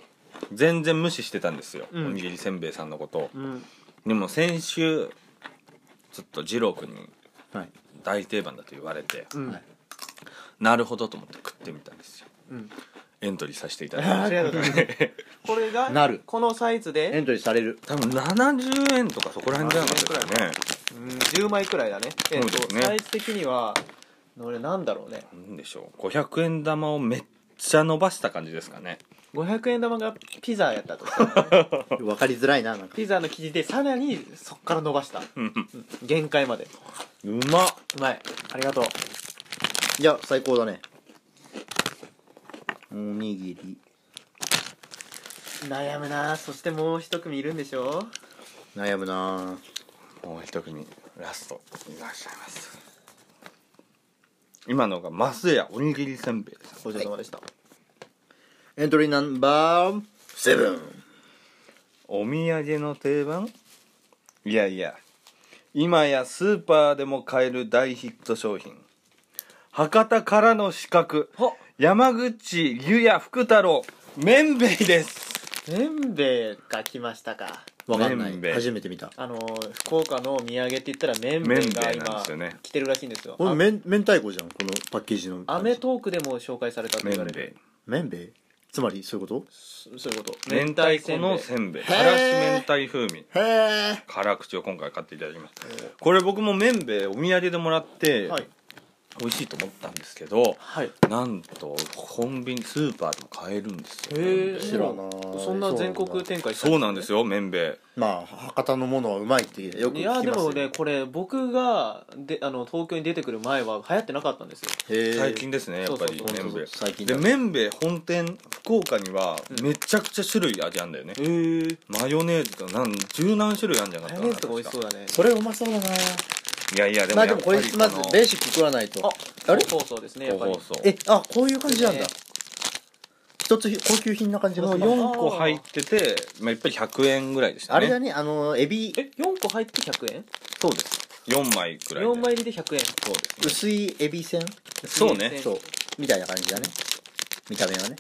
S1: 全然無視してたんですよ、
S2: うん
S1: おにぎりせんべいさんのこと
S2: うん
S1: でも先週ちょっと二郎君に
S3: はい
S1: 大定番だと言われて
S2: うん、
S3: はい
S1: なるほどと思って食ってみたんですよ
S2: うん
S1: エントリーさせていただき
S2: あ
S1: ま
S2: あ
S1: し
S2: り
S1: た
S2: がとうございますこれが
S3: なる
S2: このサイズ
S3: エ
S2: で、
S3: ントリーされる
S1: 多分70円とかそこら辺じゃなかったですかね
S2: うん、10枚くらいだねえっ
S1: そうで
S2: と
S1: すね
S2: サイズ的には俺なんだろうね
S1: なんでしょう500円玉をめっちゃ伸ばした感じですかね
S2: 500円玉がピザやったとしたらね
S3: 分かりづらいななんか
S2: ピザの生地でさらにそっから伸ばした、
S1: うん
S2: うん限界まで
S1: うまっ
S2: うまいありがとう
S3: いや最高だねおにぎり
S2: 悩むなそしてもう一組いるんでしょ
S3: 悩むな
S1: もう一組ラストいらっしゃいます今のがマスやおにぎりせんべいです
S2: ごちそうさまでした、
S3: エントリーナンバーセブン
S1: お土産の定番いやいや今やスーパーでも買える大ヒット商品博多からの資格
S2: ほ
S1: 山口湯や福太郎麺べいです
S2: めんべいが来ましたか
S3: わかんな
S1: めんべい
S3: い初めて見た
S2: あのー福岡のお土産って言ったらめんべいが
S1: めんべいなん
S2: 今
S1: ですよね
S2: 来てるらしいんですよ
S3: これめん明太子じゃんこのパッケージの
S2: アメトークでも紹介されたと言
S1: 麺
S2: われ
S1: べ
S2: る
S1: い
S3: めんべいつまりそういうこ
S2: そそういうこと
S1: 明太子のせ
S2: ん
S1: んべい
S3: へー
S1: からし明太風味
S3: とへえ
S1: 辛口を今回買っていただきましたこれ僕も麺べいお土産でもらって
S2: はい
S1: 美味しいと思ったんですけど
S2: はい
S1: なんとコンビニスーパーでも買えるんですよ
S2: へえ
S3: 知らない
S2: そんな全国展開
S1: そうなんですすよ麺べ
S3: まあ博多のものはうまいってよく聞
S2: い
S3: きます
S2: やで
S3: よ
S2: もねこれ僕がであの東京に出てくる前は流行ってなかったんですよ
S3: へ
S1: い
S3: え
S1: 最近ですねやっぱり
S2: そうそう
S1: 麺べい
S3: 最近
S1: で
S3: だ
S1: 麺べい本店福岡にはめちゃくちゃ種類味あんだよね
S2: へえ
S1: マヨネーズと何十何種類あんじゃな
S2: マ
S1: かっ
S2: ヨ
S1: たかな
S2: ネーズとか美味しそうだね
S3: それうまそうだない
S1: やいやでも
S3: まあ
S1: や
S3: で
S1: っ
S3: も
S1: ぱ
S3: こ
S1: り
S3: れまず
S1: この
S3: ベーシック食わないと
S2: あ
S3: あれ
S2: 放送ですねやっぱ
S1: 個
S2: り
S1: 包装
S3: えあこういう感じなん
S2: で
S3: だ
S2: すね
S3: 一つ高級品な感じが
S1: こ
S3: す
S1: の
S3: る
S1: 4個入っててまあやっぱり100円ぐらいでしたね
S3: あれだねあのエビ
S2: え四4個入って100円
S3: そうです
S1: 4枚くらいで
S2: 4枚入りで100円
S1: そうですね
S3: 薄いエビせん
S1: そうね
S3: そうみたいな感じだね見た目はね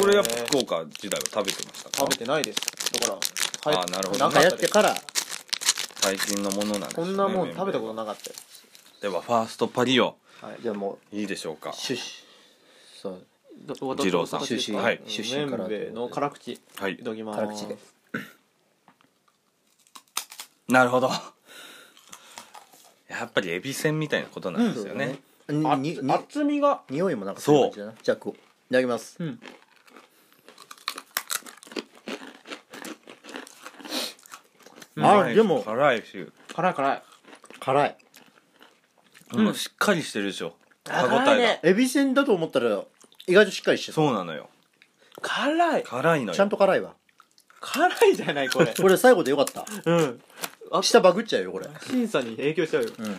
S1: これやっぱ
S2: へえ
S1: 福岡時代は食べてましたか
S2: 食べてないですだから
S1: あーなるほど
S2: な
S3: 流
S2: か
S3: 行
S2: っ
S3: ったて
S2: です
S3: から
S1: 最近のものなんです
S2: こんなもん食べたことなかったよ
S1: とではファーストパリオ
S2: はい
S3: じゃあも
S1: いいでしょう
S3: う
S1: か
S3: シュッシュそう
S2: ど
S1: 二郎さん
S2: 私ですか
S1: はい
S2: うん
S3: 出身から
S2: 麺べいの辛口い
S1: はい
S2: ただきます
S3: 辛口で
S1: なるほど <laughs> やっぱりエビせんみたいなことなんですよね,、
S2: あ
S3: んにに
S2: 厚みが
S3: 匂いもなんかそういう感じだなじゃあこういただきます
S2: うん
S3: あでも
S1: 辛いし、
S2: 辛い辛い
S3: 辛い
S1: うんしっかりしてるでしょ歯応
S2: 辛い
S1: えが
S2: ね
S3: エビせんだと思ったら意外としっかりして
S1: そうなのよ
S2: 辛い
S1: 辛いの
S3: たちゃん
S1: よ
S3: と辛いわ
S2: 辛いじゃないこれ
S3: <laughs> これ最後でよかった
S2: <laughs> うんあ
S3: 下バグっちゃうよこれ
S2: 審査に影響しちゃうよ
S3: うん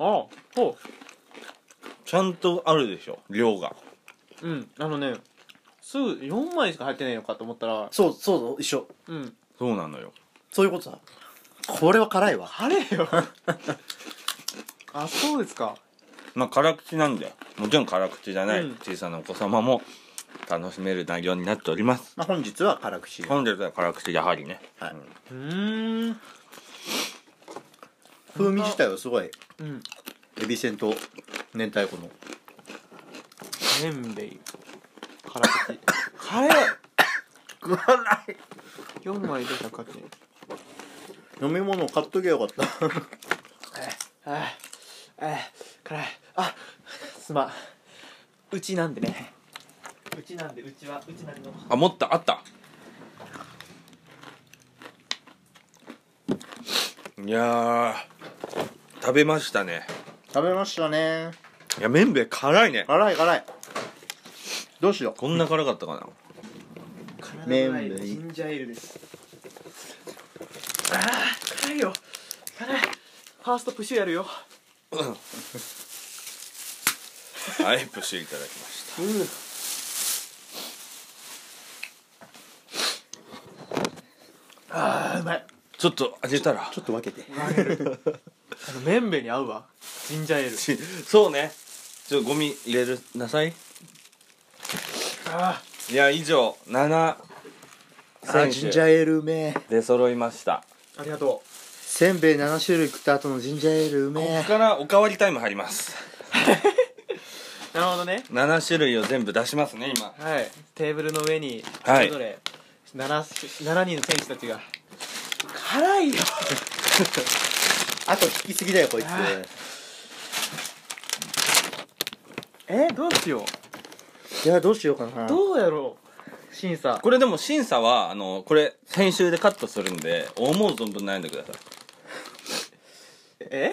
S2: あそ
S1: ちゃんとあるでしょ量が
S2: ううんあのねすぐ4枚しか入ってないのかと思ったら
S3: そうそう一緒
S2: うん
S1: そうなのよ
S3: そういうことだこれは辛いわ
S2: 辛いよあそうですか
S1: まあ辛口なんでもちろん辛口じゃない、
S2: うん
S1: 小さなお子様も楽しめる内容になっております
S3: まあ本日は辛口
S1: 本日は辛口やはりね
S3: はい
S2: うん
S3: 風味自体はすごい
S2: うん
S3: エビせんと明太子の
S2: 麺べい辛口辛い
S3: 辛い
S2: 4枚で108円
S3: 飲み物買っときゃよかった <laughs>
S2: あああ辛いあすまんうちなんでねうちなんでうちはうちなんの
S1: あもっとあったいやー食べましたね
S3: 食べましたね
S1: いや麺べい辛いね
S3: 辛い辛いどうしよ
S1: こんな辛かったかな
S2: 辛
S3: 麺類
S2: ンジャーエールですああ辛いよ辛いファーストプッシュやるよ
S1: はいプッシュいただきまし
S2: うんああうまい
S1: たちょっと味たら
S3: うちょっと分けて
S2: あの麺べに合うわジンジャーエール
S1: しそうねちょっとゴミ入れるなさい
S2: あ
S1: いや以上7
S3: あジンジャーエールうめえ
S1: 出揃いました
S2: あありがとう
S3: せんべい7種類食った後のジンジャーエールうめ
S1: こ
S3: え
S1: こからおかわりタイム入ります
S2: なるほどね
S1: 7種類を全部出しますね今
S2: はいテーブルの上にそ
S1: はい
S2: れぞれ 7,、7人の選手たちが辛いよ
S3: あと聞きすぎだよこいつ
S2: あえどうしよ
S3: いやどうしようかな
S2: うどうやろう審査
S1: これでも審査はあのこれ編集でカットするんで思う存分悩んでください
S2: え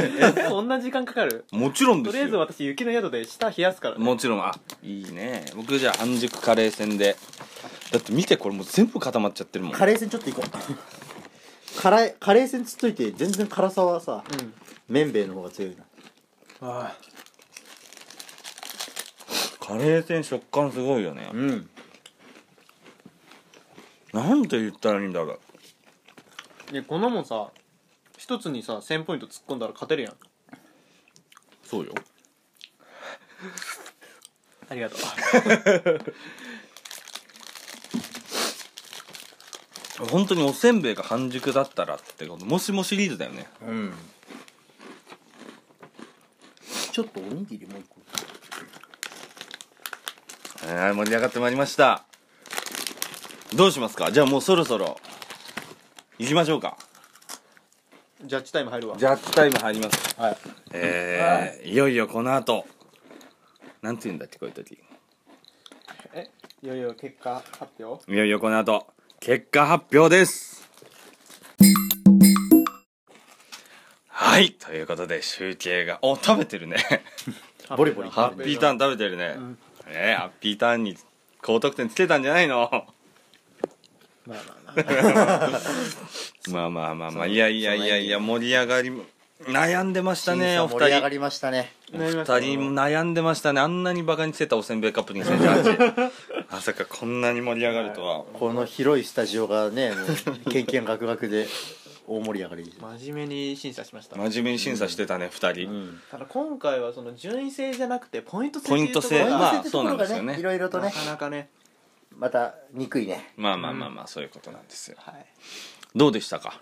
S2: <laughs> そんな時間かかる
S1: もちろんで
S2: と
S1: す
S2: り
S1: よ
S2: あえず私雪の宿で舌冷やすから、ね、
S1: もちろんあいいね僕じゃあ半熟カレー戦でだって見てこれもう全部固まっちゃってるもん
S3: カレー戦ちょっといこう辛いカレー戦つっといて全然辛さはさ
S2: うん
S3: 麺べいの方が強いな
S2: あ
S1: カレー戦食感すごいよね
S3: うん
S1: なんて言ったらいいんだろう
S2: あねこんなもんさ一つにさ1000ポイント突っ込んだら勝てるやん
S1: そうよ
S2: <laughs> ありがとう
S1: 本当におせんべいが半熟だったらってこともしもシリーズだよね
S3: うんちょっとおにぎりもう一個
S1: はい盛り上がってまいりましたどうしますかじゃあもうそろそろ行きましょうか
S2: ジャッジタイム入るわ
S1: ジャッジタイム入ります
S3: はい
S1: えー、いよいよこの後なんて言うんだっけこういう時
S2: えいよいよ結果発表
S1: いよいよこの後結果発表ですはいということで集計がお食べてるね
S3: ボリボリ
S1: <laughs> ハッピーターン食べてるね、
S2: ん
S1: ねえハッピーターンに高得点つけたんじゃないの
S2: まあまあまあ
S1: <laughs> まあまあまあまあいやいやいやいや盛り上がりも悩んでましたねお
S3: 盛
S1: 二
S3: り上が
S1: 人
S3: りましたね
S1: お
S2: なり
S1: 二
S2: ました
S1: 人も悩んでましたねあんなにバカにしてたおせんべいカップに <laughs> 選手たちまさかこんなに盛り上がるとは
S3: この広いスタジオがねも <laughs> うケンケンガクガクで大盛り上がり、
S2: 真面目に審査しました
S1: 真面目に審査してたね二人、
S3: うん、
S2: ただ今回はその順位制じゃなくてポイント制
S1: ポイント制
S2: っていうところが
S1: まあそうなんですよね
S3: いろいろと
S2: な
S3: ね
S2: かなかね
S3: また憎いね
S1: まあまあまあまあそういうことなんですよ
S2: はい
S1: どうでしたか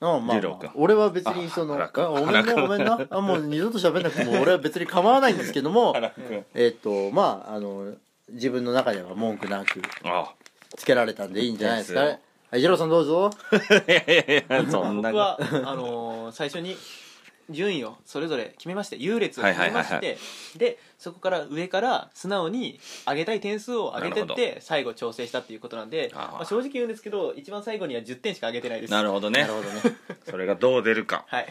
S3: うんまあ
S1: 二郎君
S3: 俺は別にその
S1: あ原
S3: あ
S1: 君
S3: ご
S1: 原
S3: めんな
S1: 君
S3: ごめんなあもう二度と喋んなくても
S1: <laughs>
S3: 俺は別に構わないんですけども
S1: 君
S3: えっとまああの自分の中では文句なく
S1: あ
S3: つけられたんでいいんじゃないですか
S1: ですよ
S3: はい二郎さんど
S1: <laughs>
S3: うぞ
S1: あいやいやいやそんな
S2: 僕
S1: に
S2: はあのー最初に順位をそれぞれ決めまして優劣を決めまして、
S1: はいはい
S2: でそこから上から素直に上げたい点数を上げてっ
S1: なる
S2: て最後調整したっていうことなんで
S1: あー
S2: まあ、正直言うんですけど一番最後には10点しか上げてないです
S1: なるほどね
S3: なるほどね
S1: それがどう出るか
S2: はい、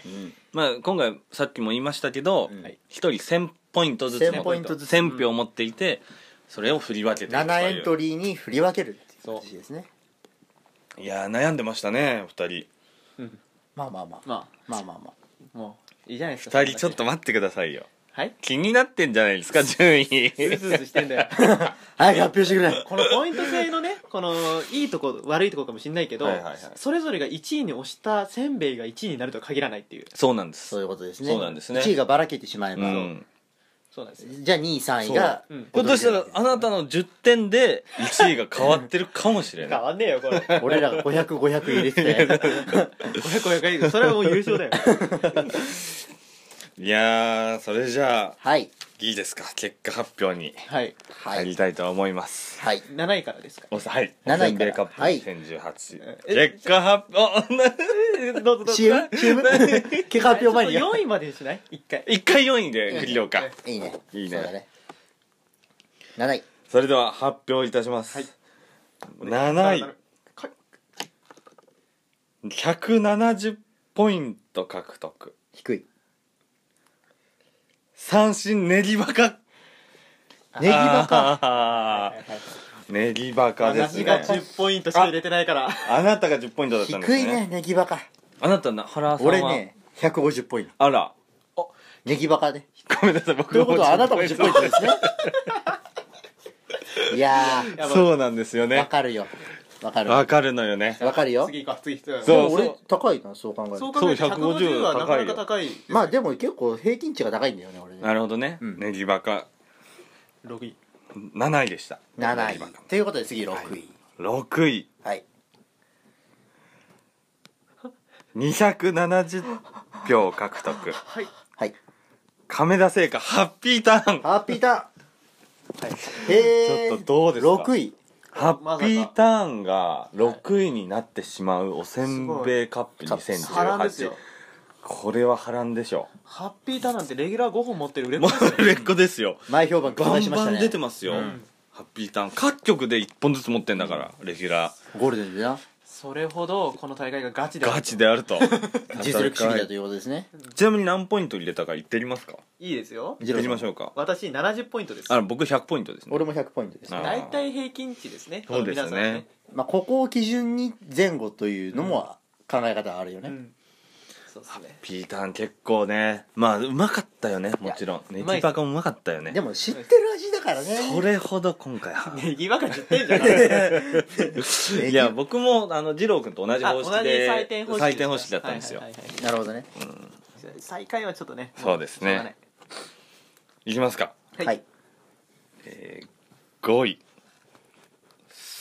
S1: まあ今回さっきも言いましたけど
S3: うん
S2: はい
S1: 一人1000ポイントずつ
S3: 1000ポイントずつ
S1: 1000票持っていてそれを振り分けていくと
S3: 7
S1: い
S3: エ
S1: う
S3: ントリーに振り分けるっていう形ですね
S1: いやー悩んでましたねお二人
S2: うん
S3: まあまあまあ
S2: ま
S3: まあまあまあ
S2: あもういいじゃないですか
S1: 二人ちょっと待ってくださいよ
S2: はい
S1: 気になってんじゃないですか順位
S2: スースースーして
S1: <laughs>
S2: んだよ
S3: 早く発表してくれ
S2: このポイント制のねこのいいとこ悪いとこかもしれないけど、
S1: はいはいはい
S2: それぞれが1位に押したせんべいが1位になるとは限らないっていう
S1: そうなんです
S3: そういうことですね
S1: そうなんですね
S3: 1位がばらけてしまえ
S1: う
S3: ば、
S1: ん
S2: そうなんですよ
S3: じゃあ2位3位が
S2: そううん
S1: 今年はあなたの10点で1位が変わってるかもしれな
S2: 変
S1: い
S2: わんねえよこれ
S3: 俺らが500500入れてたやつ
S2: 500 500それはもう優勝だよ
S1: <laughs> いやーそれじゃあ
S3: <laughs> はい
S1: いいですか結果発表に
S2: はい
S3: は
S1: 入
S3: い
S1: りたいと思います、
S3: はい
S2: 7位からですか
S1: おさはい
S3: 7
S1: おせ
S3: 位から
S1: んべいカップ
S3: はい
S1: 2018、
S2: え
S1: 結果発表おな
S2: どうぞどうぞ
S3: CM?
S2: <laughs>
S3: CM? 結果発表前に
S2: ちょっと4位までにしない一回
S1: 一回4位で振りようか
S3: いいね
S1: いいね
S3: そうだね7位
S1: それでは発表いたします、
S2: はい
S1: 7位170ポイント獲得
S3: 低い
S1: 三振練りバカ
S3: ネギバカ
S1: <laughs> カ練りバカです
S2: 私が
S1: ね
S2: 10ポイントしか入れてないから
S1: あなたが10ポイントだったんですね
S3: 低いねネギバカ
S1: あなたな原さんは
S3: 俺ね150ポイント
S1: あら
S3: ネギバカで
S1: ごめんなさい僕
S3: ということはあなたも
S1: 10
S3: 10ポイントですね <laughs> いや
S1: ポイントそうなんですよ
S3: ーわ
S1: ね
S3: かるよわかる
S1: わかるのよね
S3: わかるよ
S2: 次行こう次行こう
S1: そう
S3: でも俺高いなそう考える
S2: そう
S3: と
S2: 考えると
S1: そう150
S2: 150はなかなか高い
S3: まあでも結構平均値が高いんだよね俺ね
S1: なるほどね
S3: うん
S1: 練りバカ
S2: 6位
S1: 7位でした
S3: 7
S1: 練り
S3: 位
S1: バカ
S3: ということで次6位
S1: 6位
S3: はい
S1: 270票獲得
S2: はい
S3: はい
S1: 亀田製菓ハッピーターン
S3: ハッピーターンへえ
S1: ちょっとどうですか
S3: 6位
S1: ハッピーターンが6位になってしまうおせんべいカップ
S2: 波乱です
S1: 2018
S2: よ
S1: これは波乱でしょ
S2: ハッピーターンなんてレギュラー5本持ってる売れっ
S1: も
S2: 子
S1: う売れっ子ですよ
S3: 前評判拡
S1: バ
S3: 大
S1: ン
S3: しまし
S1: バ
S3: た
S1: ン
S3: ね
S1: 出てますよ、
S2: うん
S1: ハッピーターン各局で1本ずつ持ってんだから、レギュラー
S3: ゴールデンでな
S2: それほどこの大会がガチである
S1: ガチであると
S3: 実力主義だということですね
S1: ちなみに何ポイント入れたか言ってみますか
S2: いいですよ
S1: 言ってみましょうか
S2: 私70ポイントです
S1: あ僕100ポイントですね
S3: 俺も100ポイントです
S1: あー
S2: 大体平均値ですね
S1: そうですね
S2: この皆さんね
S3: まあここを基準に前後というのも考え方あるよ
S2: う
S3: ね
S2: んそうですね
S1: ピーターン結構ねまあうまかったよねもちろんネ
S2: うまい
S1: ギバカもうまかったよね
S3: でも知ってる味だからね
S1: それほど今回は
S2: <laughs> ネギばかり言ってんじゃない
S1: <laughs> いや僕もあの二郎君と同じ
S2: あ
S1: 方
S2: 同じ
S1: 式で
S2: 採点方式
S1: 採点方式だったんですよ、
S2: はいはいはい
S3: なるほどね
S2: はい最下位はちょっとね
S1: そうですね
S2: しょがない
S1: いきますか
S2: はい
S3: はい
S1: えー、5位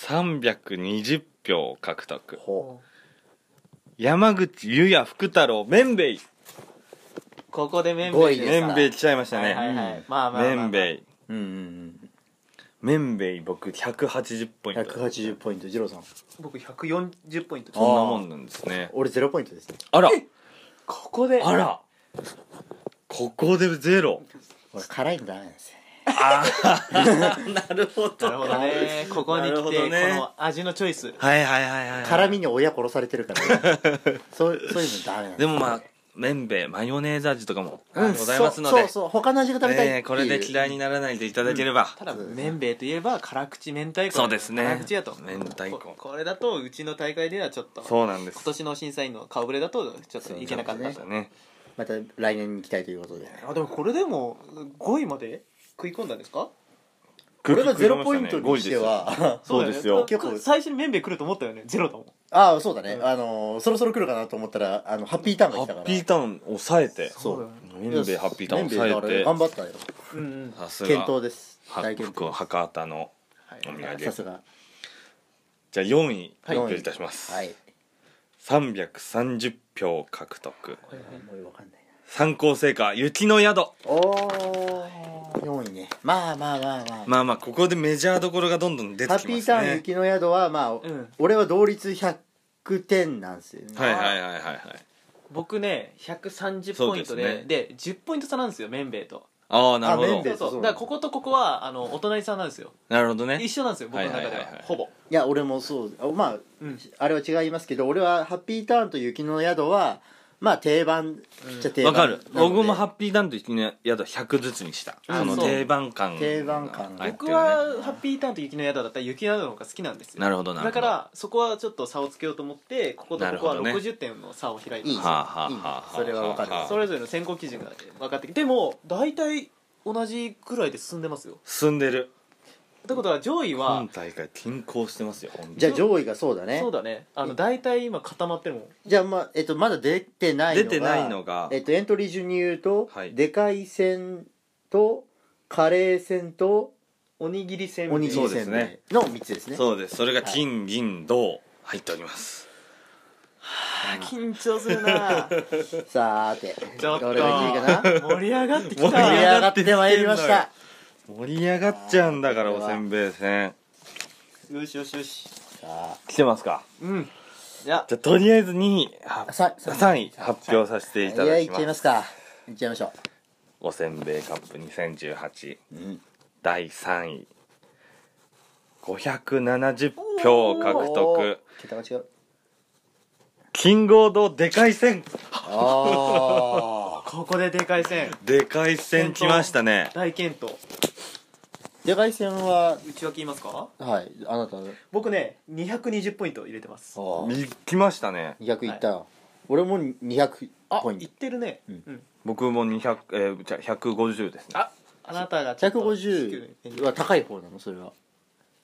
S1: 320票獲得
S3: ほ
S1: 山口優也福太郎めんべい
S2: ここでメンベイ
S3: 五位
S2: です
S3: で
S1: めんべい来ちゃいました
S2: はいはい
S1: ね
S2: はいまあまあまあ
S1: めんべいう
S3: うんうんうん
S1: めんべい僕180ポイント
S3: 180ポイント二郎さん
S2: 僕140ポイント
S1: そんなもんなんですね
S3: 俺ゼロポイントですね
S1: あら
S2: ここで
S1: あらここでゼロ
S3: 俺辛いのダメなんですよね <laughs>
S1: なるほど
S2: なるほどねここに
S1: なる
S2: 来
S1: ほ
S2: て、
S1: どね
S2: この味のチョイス
S1: はいはいはいはい
S3: 辛みに親殺されてるから、ね、そうそういうのダメなんす
S1: でもまあ麺べいマヨネーズ味とかもございますの
S3: そう
S1: で
S3: そうそう他の味が食べたいってい
S1: え
S3: う、
S1: ーこれで嫌いにならないでいただければ
S2: ただ麺べいといえば辛口明太子
S1: そうですね
S2: 辛口やと
S1: 明太子
S2: ここれだとうちの大会ではちょっと
S1: そうなんで
S2: 今
S1: す
S2: 年の審査員の顔ぶれだとちょっといけなかった
S1: そ
S2: と、
S1: うね
S3: また来年に行きたいということで
S2: あでもこれでも5位まで食い込んだんですか
S3: これがゼロポイントにして
S1: 5位で
S3: は
S1: すそうですよ
S2: だね
S3: 結構
S2: 最初に麺べい来ると思ったよねゼロだもん
S3: ああそうだね、
S2: うん
S3: あのーそろそろ来るかなと思ったらあのハッピーターン
S1: す
S3: が
S1: ハ
S3: 来たから
S1: ッピーターン抑えて
S3: そう
S2: そう
S1: 麺べいハッピーターン抑え
S3: 麺米
S1: て
S3: だから頑張ったよ
S2: うんうん
S1: さす
S3: 健
S1: が
S3: 闘です
S1: は
S3: 大健
S1: 福
S3: 闘
S1: 岡博多の
S2: はい
S1: お土産
S3: さすが
S1: じゃあ4位発
S2: はい
S1: 表いたします、
S3: はい
S1: 330票獲得
S3: これはもう分かんない
S1: 参考成果雪の宿
S3: なおー4位ねまあまあまあまあ、
S1: まあまあここでメジャーどころがどんどん出てき
S3: ハ
S1: ます
S3: ッ
S1: ね
S3: ピーターン雪の宿はまあ、
S2: ん
S3: 俺は同率100点なんですよね、
S1: はいはいはいはいはい
S2: 僕ね130ポイン
S1: そ
S2: トでで,、
S1: うですね
S2: 10ポイント差なんですよ麺べいと
S1: ああなるほ
S3: あ麺
S1: ど
S3: べ
S2: そ
S3: い
S2: うそう
S3: そう
S2: だからこことここはあのお隣さんなんですよ
S1: なるほどね
S2: 一緒なんですよ僕の中で
S1: は
S2: は,、
S1: いはいはいはい
S2: ほぼ
S3: いや俺もそうあまあ
S2: うん
S3: あれは違いますけど俺はハッピーターンと雪の宿はまあ定番っちゃ定
S1: わ
S3: 番
S1: かる僕もハ
S3: は
S1: ッピーターンと雪の宿100ずつにした
S2: あ
S1: その
S2: そう
S1: 定番感
S3: 定番感
S1: が入って
S2: 僕
S1: るね
S2: はハッピーターンと雪の宿だったら雪の宿の方が好きなんですよ
S1: なるほどなる
S2: だ
S1: ほど
S2: からそこはちょっと差をつけようと思ってこことここは
S1: なるほどね
S2: 60点の差を開いて
S3: いい
S1: は
S3: ね
S1: あはあはあ
S3: いいねそれはわかる
S1: ああ
S2: それぞれの選考基準が分かってきてでも大体同じくらいで進んでますよ
S1: 進んでる
S2: ってことは上位は
S1: 今大会均衡してますよ本当に
S3: じゃあ上位がそうだね
S2: そうだねあの大体今固まってるもん
S3: じゃあまあ、えっと、まだ出てないのが
S1: 出てないのが
S3: えっと、エントリー順に言うと、
S1: はい
S3: でかい線とカレー線と
S2: おにぎりせんべい
S3: おにぎり
S1: そうで
S3: 線
S1: すね
S3: の3つですね
S1: そうですそれが金銀銅入っております
S2: あー緊張するな
S3: さーて
S2: ちょっと
S3: どれがいいかな
S2: <laughs> 盛り上がってき
S1: 盛
S3: 盛り
S2: た
S3: 上がってまいりました
S1: 盛り上がっちゃうんだから
S3: これ
S1: お
S3: は
S1: せんべい戦
S2: よしよしよし
S3: さ
S1: 来てますか
S2: うんいや
S1: じゃあとりあえず2位
S3: あ
S1: 発
S3: さ
S1: 3位発表させていた
S3: いや
S1: だ
S3: いっ
S1: き
S3: ちゃい
S1: ま
S3: ますすかいっちゃいましょ
S1: おせんべいカップ2018
S3: う、うん、
S1: 第3位570票獲
S3: お
S1: 得
S3: ー桁が違う
S1: キングオードでかい線
S3: あ
S2: ここででかい線
S1: でかい線来ましたね
S2: 大健闘
S3: ーでかい線は
S2: 内訳言いますか
S3: はいあなたの
S2: 僕ね220ポイント入れてます
S1: い来ましたね
S3: 200いったよ、俺も200
S2: あ
S3: ポイン
S2: い
S3: ト
S2: ってるね
S3: うん
S2: うん
S1: 僕も200えーじゃあ150ですね
S2: ああなたがちょっと
S3: 150は高い方なのそれは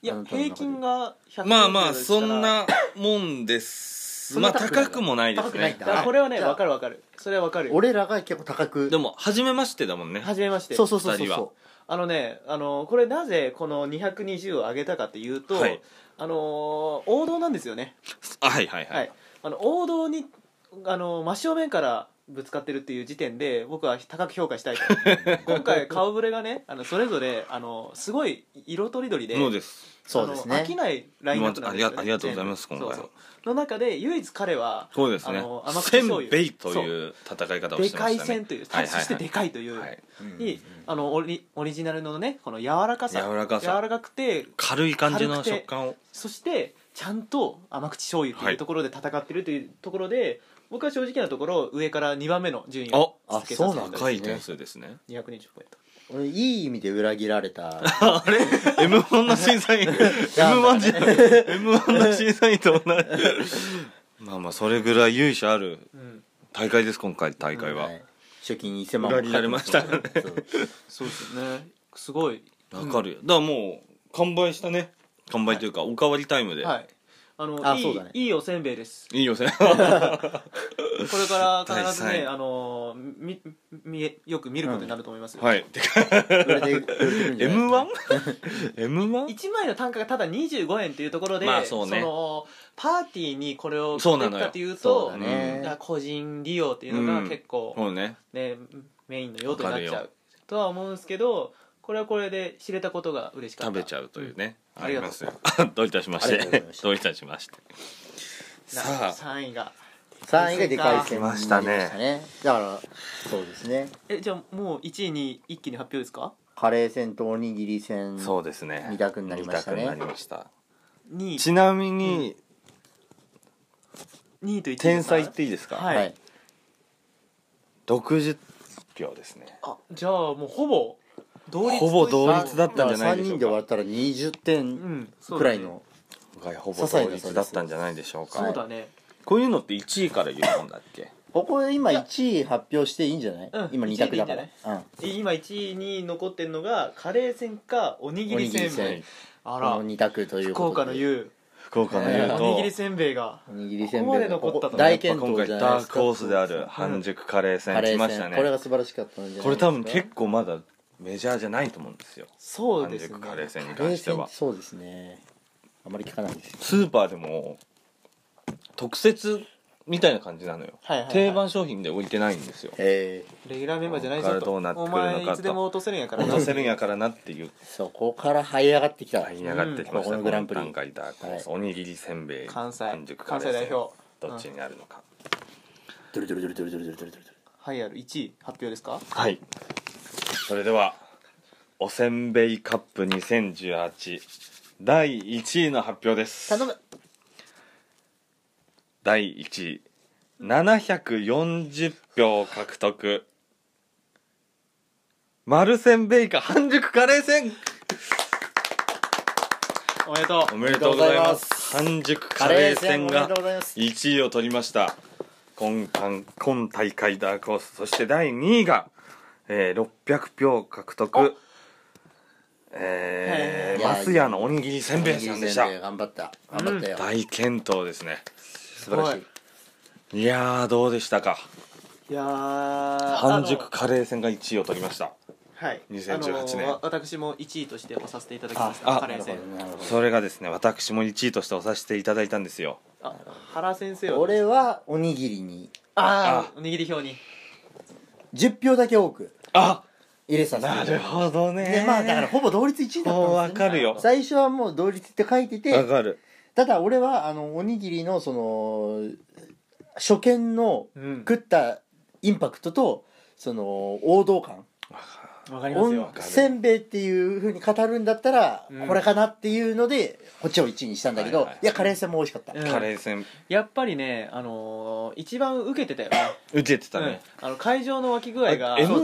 S3: い
S2: や
S3: あなたの中
S2: 平
S3: で
S2: 均が100
S1: まあまあ
S2: ですか
S1: そ
S2: ら
S1: ん
S2: <laughs>
S1: なもんです
S3: そん
S1: ま
S3: な
S1: あ
S3: 高くない
S1: 高くもないです
S3: 高くない
S1: ね
S3: ん
S2: だ
S3: だ
S2: からこれはね
S3: じゃあ
S2: わかるわかるそれはわかるよ
S3: 俺らが結構高く
S1: でも初めましてだもんね
S2: はじめまして
S3: そうそうそうそ
S1: 二
S3: う
S1: 人は
S3: そ
S2: あのねあのこれなぜこの220を上げたかっていうと、
S1: はい
S2: あの王道なんですよね
S1: あはいはいはい、
S2: はいあの王道にあの真正面からぶつかってるっていう時点で僕は高く評
S1: <laughs>
S2: 価したいと今回顔ぶれがねあのそれぞれあのすごい色とりどりで
S1: そうです
S3: うそうです
S2: あの飽き
S3: ね
S2: ないラインナップなんですよ、ね
S1: まあありがありがとうございます
S2: 全部
S1: 今回は
S2: そうそうの中で唯一彼は
S1: そうですね
S2: あの甘口
S1: せん
S2: 醤油
S1: べいという戦い方を
S2: で
S1: してま
S2: か
S1: し
S2: い
S1: たね
S2: 線という、
S1: はい
S2: そ
S1: はい
S2: して
S1: はい
S2: でかいという、
S1: はい
S2: にあのオリオリジナルのねこの柔らかさ
S1: 柔らかさ
S2: くて
S1: 軽い感じの食感を
S2: そしてちゃんと甘口醤油っていうところで戦ってるというところで、僕は正直なところ上から2番目の順位を
S3: あ
S2: つけさせてい
S3: そうなん
S2: ただきま
S3: だ
S1: 高
S2: す
S1: い点数ですね
S2: 220ポイント
S3: 俺いい意味で裏切られた
S1: あれ M1 の審
S2: <laughs>
S1: 査員 M1 じゃない M1 の審査員と同じまあまあそれぐらい由緒ある
S2: うん
S1: 大会です今回大会は、
S3: い初期に1000万
S1: 裏切られましたね
S3: そう
S2: そうですねすごい
S1: わかるよだからもう完売したね完売というか、おかわりタイムで、
S2: はいあの
S3: あ
S2: いい
S3: そうだね
S2: いいおせんべいです
S1: い、い <laughs> よせ
S2: これから必ず
S1: 第
S2: ね
S1: 三位
S2: あのみみえよく見ることになると思いますよ、
S1: はいてか
S3: 売れて売れてるんじゃない
S1: <laughs> M1?M1?
S2: 1枚の単価がただ25円っていうところで、
S1: まあそうね
S2: のパーティーにこれを
S1: そう
S2: 買
S1: な
S2: って
S1: の
S2: い
S1: よ
S2: くかっていうと
S3: そうだね
S2: だから個人利用っていうのが結構、
S1: そうね
S2: ね、メインの用途になっち
S1: わ
S2: ゃ
S1: かる
S2: うとは思うんですけどこれはこれで知れたことが嬉しかった
S1: 食べちゃうというね、
S2: うん
S1: あ
S2: あ
S1: り
S2: り
S1: ま
S2: が
S1: す
S2: と
S1: よ <laughs> どういたしまし
S3: ありがとう
S1: て
S3: ございました
S1: どういたしまして
S2: さあ
S1: さあ
S2: 3位が
S3: 3位がでかい戦
S1: 来ましたね
S3: になりまだからそうですね
S2: えじゃあもう1位に一気に発表ですか
S3: カレー戦とおにぎり戦
S1: そうですね
S3: 二択になりましたね
S1: 二択になりました
S2: 2位
S1: ちなみに、
S2: 2位と1位ですか
S1: 天才言っていいですか、
S2: はい
S3: はい
S1: 60票ですね
S2: あじゃあもうほぼ同率
S1: ほぼ同
S2: 率
S1: 率だったんじゃないでしょ
S3: 3
S1: う
S3: 人
S1: か
S3: で終わったら20
S2: う
S3: 点
S2: んそう
S3: く
S2: だ
S3: ら
S2: ね
S3: いの
S1: 今回ほぼ
S3: 些細な
S1: 同率だったんじゃないでしょうか、
S2: そうだね
S1: こういうのって1位から言うもんだっけ
S3: ここで今1位発表していいんじゃない
S2: うん
S3: 今2択だから
S2: 一位でいいん
S3: うん
S2: 今1位に残ってるのがカレー戦かおにぎりせん
S3: おにぎ
S2: べ
S3: りせんべ
S2: い
S3: い
S2: あ
S3: こ
S2: ら
S3: の2択という
S2: 福
S3: こと
S2: 岡の
S3: で
S2: 言う
S1: 福岡の言う
S3: え
S1: と、
S2: おにぎりせんべいが
S3: おにぎりせん
S2: ここ
S3: べ
S2: ま
S3: い
S2: で
S3: が
S2: 残ったと
S3: ここ大
S1: や
S3: 健
S1: っぱ今
S3: 闘
S1: 回
S3: じゃない
S1: ダー
S3: です
S1: ク
S3: か
S1: ホースである半熟カレー戦
S3: カレ
S1: 来
S3: ー
S1: ました
S3: 戦
S1: ね
S3: これが素晴らしかったんじゃないですか
S1: これ多分結構まだメジャーじゃないと思うんですよ
S2: そう
S1: 半
S2: ですね
S1: 熟カレー戦に
S3: カレー
S1: 関して
S3: 戦
S1: は
S3: そうですねあまり聞かないですよ
S1: スーパーでも特設みたいな感じなのよ、
S2: はいはいはい
S1: 定番商品で置いてないんですよ
S3: えー
S2: レギュラーメンバーじゃないぞ
S1: ここから
S2: と
S1: どう
S2: お
S1: なってくるのかと
S2: 前いつでも落とせるんやから
S1: 落
S2: な
S1: とせるんやからなっていう
S3: そこから這い上がってきた
S1: はい上がってきました、
S3: うんここのグランプリ
S1: 今段階ダークホースおにぎりせんべい
S2: 関西
S1: 半熟カレー
S2: 関西
S1: 戦
S2: 代表
S1: どっちになるのか、
S3: ドゥルドゥルドゥルドゥルドゥルドゥルドゥル
S2: はいある1位発表ですか
S1: はいそれではおせんべいカップ2018第1位の発表です
S3: 頼む
S1: 第1位740票獲得丸せんべいか半熟カレー戦
S2: おめでと
S1: お
S2: う
S1: めでとうございま
S3: おめでとうございます
S1: 半熟カ
S3: カ
S1: レ
S3: レ
S1: ー
S3: ー
S1: 戦
S3: 戦おめで
S1: が
S3: とうございます
S1: 1位を取りました今間今大会ダークホースそして第2位が、えー、600票獲得え
S3: い
S1: ー、
S3: や
S1: マスヤのおにぎりせんべいさんでした
S3: おにぎりせんべい頑張った頑張ったよ
S1: 大健闘ですね
S3: 素晴らしい
S1: いやーどうでしたか
S2: いやー
S1: 半熟
S2: あの
S1: カレー戦が1位を取りました
S2: はい
S1: 2018年
S2: あのわ私も1位として押させていただきまし
S1: あ
S2: た
S1: あ
S2: カレー戦
S3: なるほど
S1: それがですね私も1位としておさせていただいたんですよ
S2: あ原先生は
S3: 俺はおにぎりに
S2: ああおにぎり表に
S3: 10票だけ多く
S1: あ
S3: 入れさせてい
S1: な
S3: ただ
S1: る
S3: いた
S1: ほどね
S3: でまあだからほぼ同率1位だったんです
S1: もう
S3: よ
S1: わかるよ
S3: 最初はもう同率って書いて
S1: わ
S3: て
S1: かる
S3: ただ俺はあのおにぎりのその初見の
S2: うん
S3: 食ったインパクトとその王道感
S2: わかりま
S3: お
S2: す
S3: ん
S2: よ
S1: る
S3: せんべいっていうふうに語るんだったら
S2: うん
S3: これかなっていうのでこっちを1位にしたんだけど、
S1: はい
S3: い
S1: はいはい
S3: やカレー戦も美味しかった、
S2: うん
S1: カレー戦
S2: やっぱりねあのー一番受けてたよね
S1: 打ててたね、
S2: うんあの会場の湧き具合が
S1: あ M1？
S2: そ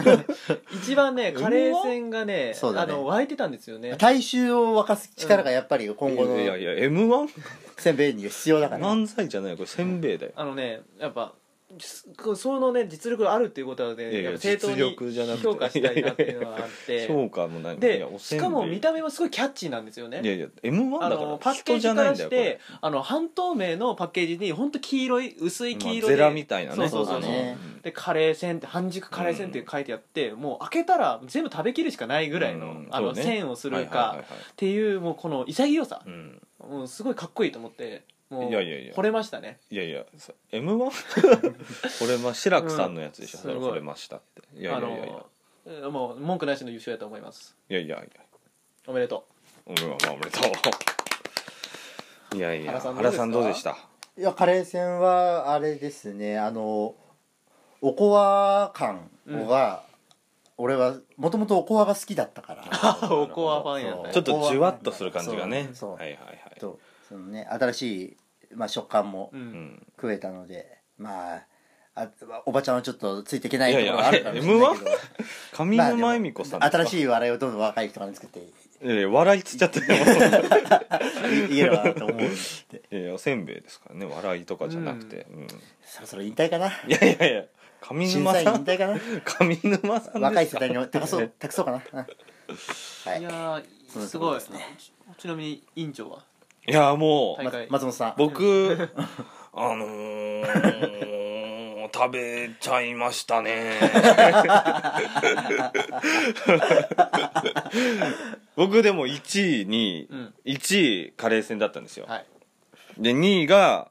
S2: うだね <laughs> 一番ねカレー戦がね
S3: そうだ
S2: あ
S3: ね
S2: の湧いてたんですよね
S3: 大衆を沸かす力がやっぱり今後の
S1: いやいや m 1
S3: せんべいには必要だから、
S1: 漫才じゃないよこれせんべいだよ
S2: あのねやっぱすそのね実力があるっていうことはね
S1: いやいや
S2: やっぱ正当
S1: 実力じゃな
S2: に
S1: くて
S2: 評価したいなっていうのがあ
S1: <laughs>
S2: って
S1: 評価もないい
S2: で
S1: やおせ
S2: し
S1: んべい
S2: かも見た目もすごいキャッチーなんですよね
S1: いやいや m 1
S2: あ
S1: だから
S2: のパッケ
S1: 人
S2: ー
S1: じ
S2: ジ
S1: ゃ
S2: か
S1: ないん
S2: ら
S1: だよ
S2: し
S1: これ
S2: てあの半透明のパッケージに本当黄色い薄い黄
S1: ま
S2: 色
S1: あ
S2: で、
S1: ゼラみたいなね
S2: そうそうそうそう
S3: そうだね
S2: でカレー線って半熟カレー線って書いてあって、もう開けたら全部食べきるしかないぐらいの,、
S1: うん
S2: あ
S1: そ
S2: の
S1: うね
S2: 線をする
S1: はいはいは
S2: か
S1: いはい
S2: っていうもうこの潔さ
S1: う、ん
S2: もうすごいかっこいいと思ってもう
S1: いやいやいや
S2: 惚れましたね
S1: いやいや m <laughs> 1これま志らくさんのやつでしょ、
S2: うん
S1: それ
S2: すごい
S1: これましたっていやいやいやいや
S2: あのもう文句なしの優勝やと思います
S1: いやいやいや
S2: おめでと
S1: おめでとうおめでとういやいや
S2: 原さん
S1: 原さんど
S2: ど
S1: う
S2: う
S1: で
S2: で
S1: し
S2: した
S3: いやカレー戦はあれですねあのおこわ感が、俺はもともとおこわが好きだったから
S2: <laughs> うおこわファンや
S3: そう
S2: ね
S1: ちょっとじゅわっとする感じがね
S3: そう
S1: はいはいはい
S3: とそのね新しい、まあ、食感も
S2: うん
S1: うん
S3: 食えたので、まああおばちゃんはちょっとついていけない
S1: い
S3: と
S1: や
S3: こ
S1: いや
S3: ろはあるかもしれないけど
S1: 上
S3: まあでも
S1: 沼恵美子さん
S3: 新
S1: い
S3: しい笑いをどんどん若い人から作ってい
S1: やいや笑いつっちゃ
S2: <laughs>
S1: ってる
S3: いければなと思
S1: <laughs>
S3: うんで
S1: いやいやおせんべいですからね笑いとかじゃなくて、うん
S3: そろそろ引退かない
S1: やいやいや上
S3: 審
S1: 沼
S3: 査員
S1: さ
S3: 引
S1: ん
S3: 退かな
S1: 上沼さんですか
S3: 若い世代に託そう託そうかなうんはい
S2: いや
S3: そ
S2: ー
S3: う
S2: すごい
S3: そうですね
S2: ちなみに委員長はい
S1: やもう、
S2: 大
S3: ま
S2: 会
S3: 松本さん
S1: 僕あのー、食べちゃいましたね僕でも1位に
S2: うん
S1: 1位カレー戦だったんですよ、
S2: はい
S1: で2位が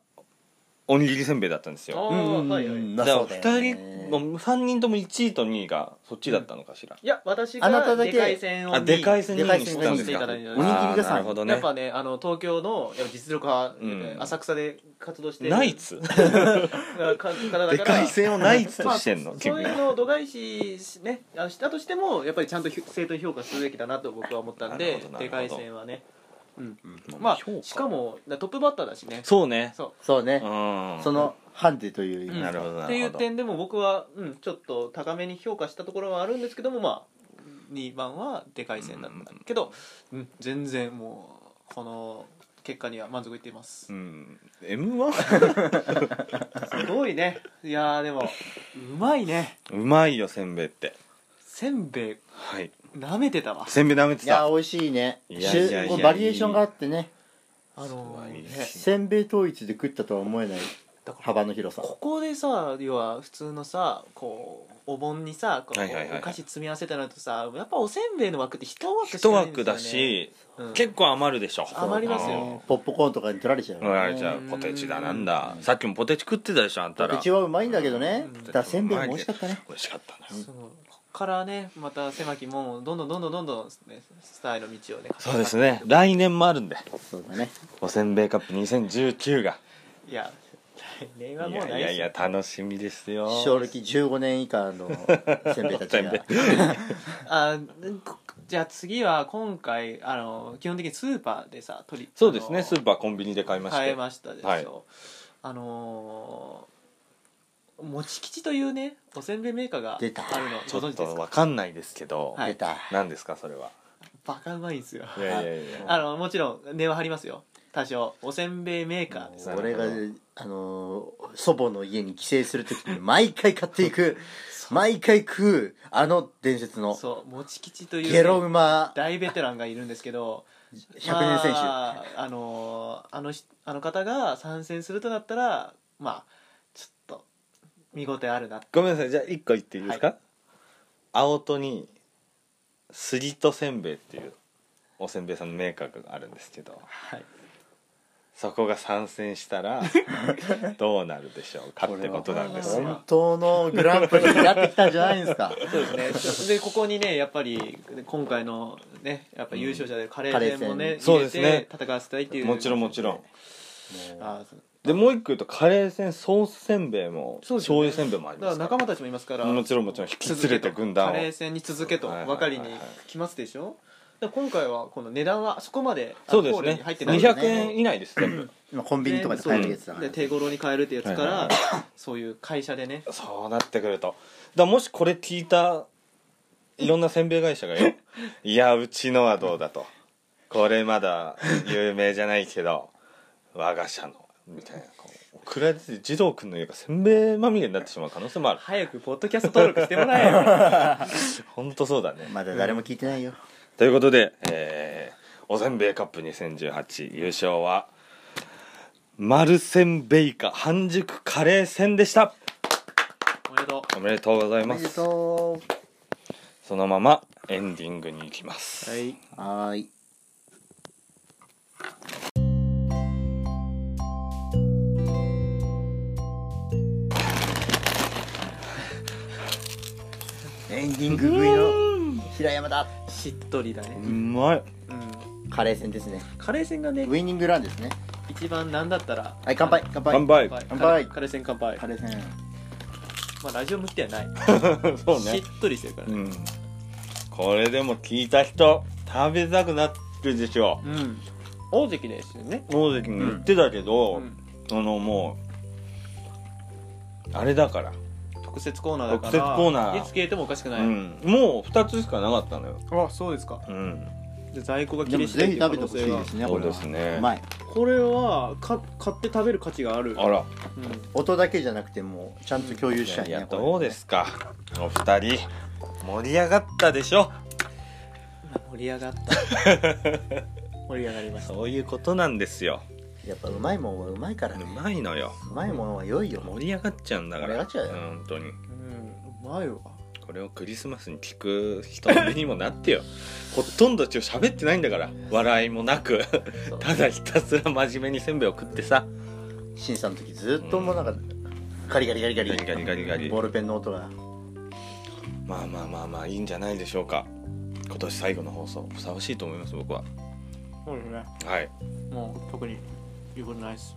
S1: おにぎりせんべいだったんです
S2: あ
S1: よ
S2: ーはいはい
S1: だ
S3: だ
S1: から
S3: そうだよ
S1: 2
S3: ね
S1: 人の3人とも1位と2位がそっちだったのかしら、
S2: いや私
S3: あな
S2: が
S3: ただ
S2: で
S3: け
S2: かい線を
S1: あでかい
S2: 線
S1: 線にしたんですか
S2: おにぎりが
S1: あー
S3: さ
S1: なるほど
S2: やっ
S1: ね
S2: ぱねあの東京のやっぱ実力派、
S1: うん
S2: 浅草で活動してる
S1: ナイツ
S2: かか方だから
S1: でかい線をナイツとしてんの
S2: まあ
S1: 君
S2: そういうのを度外視し,、ね、あのしたとしてもやっぱりちゃんとひ正当に評価するべきだなと僕は思ったん
S1: なる
S2: で
S1: ほどなるほ
S2: で
S1: ど
S2: かい線はね、うん、
S1: うん
S2: ま
S1: 評
S2: あ
S1: 価
S2: しかもだトップバッターだしね
S1: そうね
S2: そう
S3: そ
S1: う
S3: うね、
S1: ん
S3: そのハンデという意味
S1: なるほどな
S2: ってい
S1: る
S2: う
S1: ほど
S2: 点でも僕は、うん、ちょっと高めに評価したところはあるんですけどもまあ2番はでかい線だったけど、うん、全然もうこの結果には満足いっています
S1: う、ん M1?
S2: すごいねいやーでもうまいね
S1: うまいよせんべいって
S2: せんべい
S1: はい
S2: 舐めてたわ
S1: せんべい舐めて
S3: いや
S1: た
S3: 美味しいね
S1: いやいやいや
S3: 種こうバリエーションがあってね
S2: あのー
S1: すごいね
S2: ね
S3: せんべい統一で食ったとは思えない
S2: だから
S3: 幅の広さ
S2: ここでさ要は普通のさこうお盆にさこう
S1: はいはいはい
S2: お菓子積み合わせたなとさやっぱおせんべいの枠って一枠しか
S1: 一
S2: ないんですよ、
S1: 枠
S2: ね、
S1: だ、し
S2: うん、
S1: 結構余るでしょ
S2: 余りますよ
S3: ポップコーンとかに取られちゃう
S1: うんあれじゃあポテチだなんださっきもポテチ食ってたでしょあんたら
S3: うちはうまいんだけどね
S2: うん
S3: だからせんべいも美味しかったね
S1: 美味しかったね
S2: そうこっからねまた狭き門をどんどんどんどんどんどん、ね、スターへの道をね
S1: そうですね来年もあるんで
S3: そうだね
S1: おせんべいカップ2019が
S2: いや来年はいもうな
S1: や
S2: い
S1: いやいや楽しみですよ
S3: 小歴15年以下のせんべいた
S1: <laughs> せ
S3: ち
S1: んべい
S3: が
S2: あこじゃあ次は今回あの基本的にスーパーでさ取り
S1: そうです
S2: あ
S1: ね
S2: の
S1: スーパーコンビニで買いました
S2: 買えましたでしょ、
S1: はい
S2: あのー、もち吉というねおせんべいメーカーがある
S3: 出た
S2: の
S1: ちょ
S2: ご存
S1: っ
S2: 知です
S1: とわ
S2: か
S1: かんないですけど、
S2: はい
S3: 出た
S1: 何ですかそれは
S2: バカうまいんですよ
S1: いやいやいや
S2: あのもちろん値は張りますよ多少おせんべいメーカーです
S1: なるほど
S3: 俺があのー祖母の家に帰省する時に毎回買っていく毎回食うあの伝説の
S2: そうもち吉というね、
S3: ゲロウマ
S2: 大ベテランがいるんですけど
S3: 100年選手、
S2: まあ、あのあのしあの方が参戦するとなったらまあちょっと見応えあるな
S1: ごめんなさいじゃあ1個言っていいですか、青戸にスリとせんべいっていうおせんべいさんのメーカーがあるんですけど
S2: はい
S1: そこが参戦した
S2: <laughs>
S1: らどうなるでしょうかってことなんです
S2: これは
S1: よ
S3: 本当のグランプリになってきたんじゃないんで
S1: <laughs>
S3: すか
S2: そうですねでここにねやっぱり今回のねやっぱ優勝者でカレ
S3: カ
S2: ー
S3: レー
S2: 戦もね、
S3: 戦
S1: そう
S2: 入れ
S1: ですね
S2: て戦わせたいっていう
S1: もちろんもちろん
S2: あそう
S1: でもう一個言うとカレーせんソースせんべいも、
S2: そうです
S1: 醤
S2: よね
S1: 油せんべいもあり
S2: だ
S1: ますから
S2: から仲間たちもいますから
S1: もちろんもちろん引き連れて軍団を
S2: カレー戦に続けと
S1: はいはい
S2: ばかりに来ますでしょだから今回はこの値段はそこまであ
S1: そうで
S2: コ
S1: す
S2: ールに
S1: ね
S2: 入ってない
S1: 200円以内です全部
S3: 今コンビニとかで買えるやつだか
S2: で
S3: ら
S2: 手頃に買えるってやつから、
S1: はいはい
S2: そういう会社でね
S1: そうなってくるとだからもしこれ聞いたいろんなせんべい会社がよ <laughs> いやうちのはどうだとこれまだ有名じゃないけど <laughs> 我が社のみたいなこう送られてて児童君の家がせんべいまみれになってしまう可能性もある
S2: 早くポッドキャスト登録してもらえよ
S1: 本当そうだね
S3: まだ誰も聞いてないよ、
S1: ということで、えーおせんべいカップ2018優勝は丸せんべいか半熟カレーせんでした
S2: おめでとう
S1: おめでとうござい
S3: お
S1: ま
S3: めですと
S1: そのままエンディングに行きます、
S2: はい、
S3: うはーいエンディング食いの平山だ
S2: しっとりだね
S1: う、まい
S2: うん、
S3: カレー戦ですね
S2: カレー戦がね
S3: ウィニングランですね
S2: 一番なんだったら
S3: はい乾杯乾杯
S1: 乾杯
S3: 乾杯
S2: カレー戦乾杯
S3: カレー戦
S2: まあラジオ向きではない、
S1: <laughs> そう
S2: し
S1: ね
S2: っとりしてるから
S1: う
S2: ね
S1: んこれでも聞いた人食べたくなってるでしょ
S2: うん、大関ですよね
S1: 大関に言ってたけど、
S2: うん
S1: あのもうあれだから、
S2: 特設コーナーだから
S1: 特設コーナー
S2: いつ消えてもおかしくない、
S1: うん、もう2つしかなかったのよ、
S2: あそうですか
S1: うん、
S2: じゃあ在庫が切
S3: でも
S2: れして
S3: ぜ
S2: る
S3: ひ食べてほしい
S2: 可能
S3: で
S2: 性
S3: すね
S1: そ
S3: こ
S1: う
S3: れは
S1: ですね
S3: うまい
S2: がこれはか買って食べる価値がある
S1: あら
S2: うん
S3: 音だけじゃなくてもうちゃんと共有し
S1: い
S3: た
S1: や
S3: い
S1: い
S3: ね
S1: や
S3: これ
S1: どうですかお二人盛り上がったでしょ
S2: 盛り
S1: <laughs>
S2: 上がった盛り上がりました
S1: そういうことなんですよ
S3: やっぱうまいもんはうまいから
S1: う
S3: ね
S1: まいのよ
S3: うまいもんは良いよ
S1: 盛り上がっちゃうんだから
S3: 盛り上がっちゃうよ
S1: 本当に
S2: うんうまいわ
S1: これをクリスマスに聞く人の目にもなってよ <laughs> ほとんど今日喋 <laughs> ってないんだから笑いもなくただひたすら真面目にせんべいを食ってさ
S3: 審査の時ずっともうなんか、ガリガリガリガリ
S1: ガリガリガリガリ
S3: ボールペンの音が
S1: まあまあまあまあいいんじゃないでしょうか今年最後の放送ふさわしいと思います僕は
S2: そうですね
S1: はい
S2: もう特に言うことないです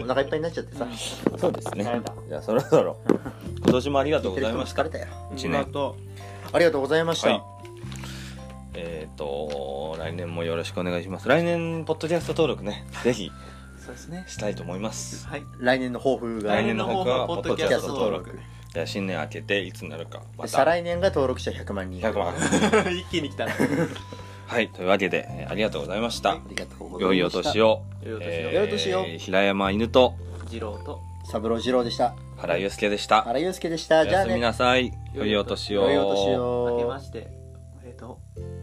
S3: お腹いっぱいになっちゃってさ、
S1: そうですね
S2: 疲れた
S1: じゃあそろそろ今年もありがとうございました
S3: 疲れたよ
S1: 一年
S2: あと
S3: ありがとうございました、
S1: はいえっ、と来年もよろしくお願いします来年ポッドキャスト登録ねぜひ
S2: そうですね
S1: したいと思います
S2: はい
S3: 来年の抱負が
S1: 来年の抱負は
S2: 来年の抱負はポッドキャスト登録
S1: じゃあ新年明けていつになるかま
S3: 再
S1: た
S3: 来年が登録者100万人
S1: 100万
S2: <laughs> 一気に来たな
S1: <laughs> はいというわけで、えーありがとうございました、
S3: ありがとうござい
S1: 良
S3: ました
S1: いお年を
S2: 良いお年を
S3: 良いお年を
S1: 平山犬と
S2: 二郎と
S3: 三郎次郎でした
S1: 原祐介でした
S3: 原祐介でした
S1: お
S3: じゃあ
S1: やす
S3: ね
S1: みなさい良いお年を
S3: 良いお年
S2: 明け
S3: を
S2: ましておめでとう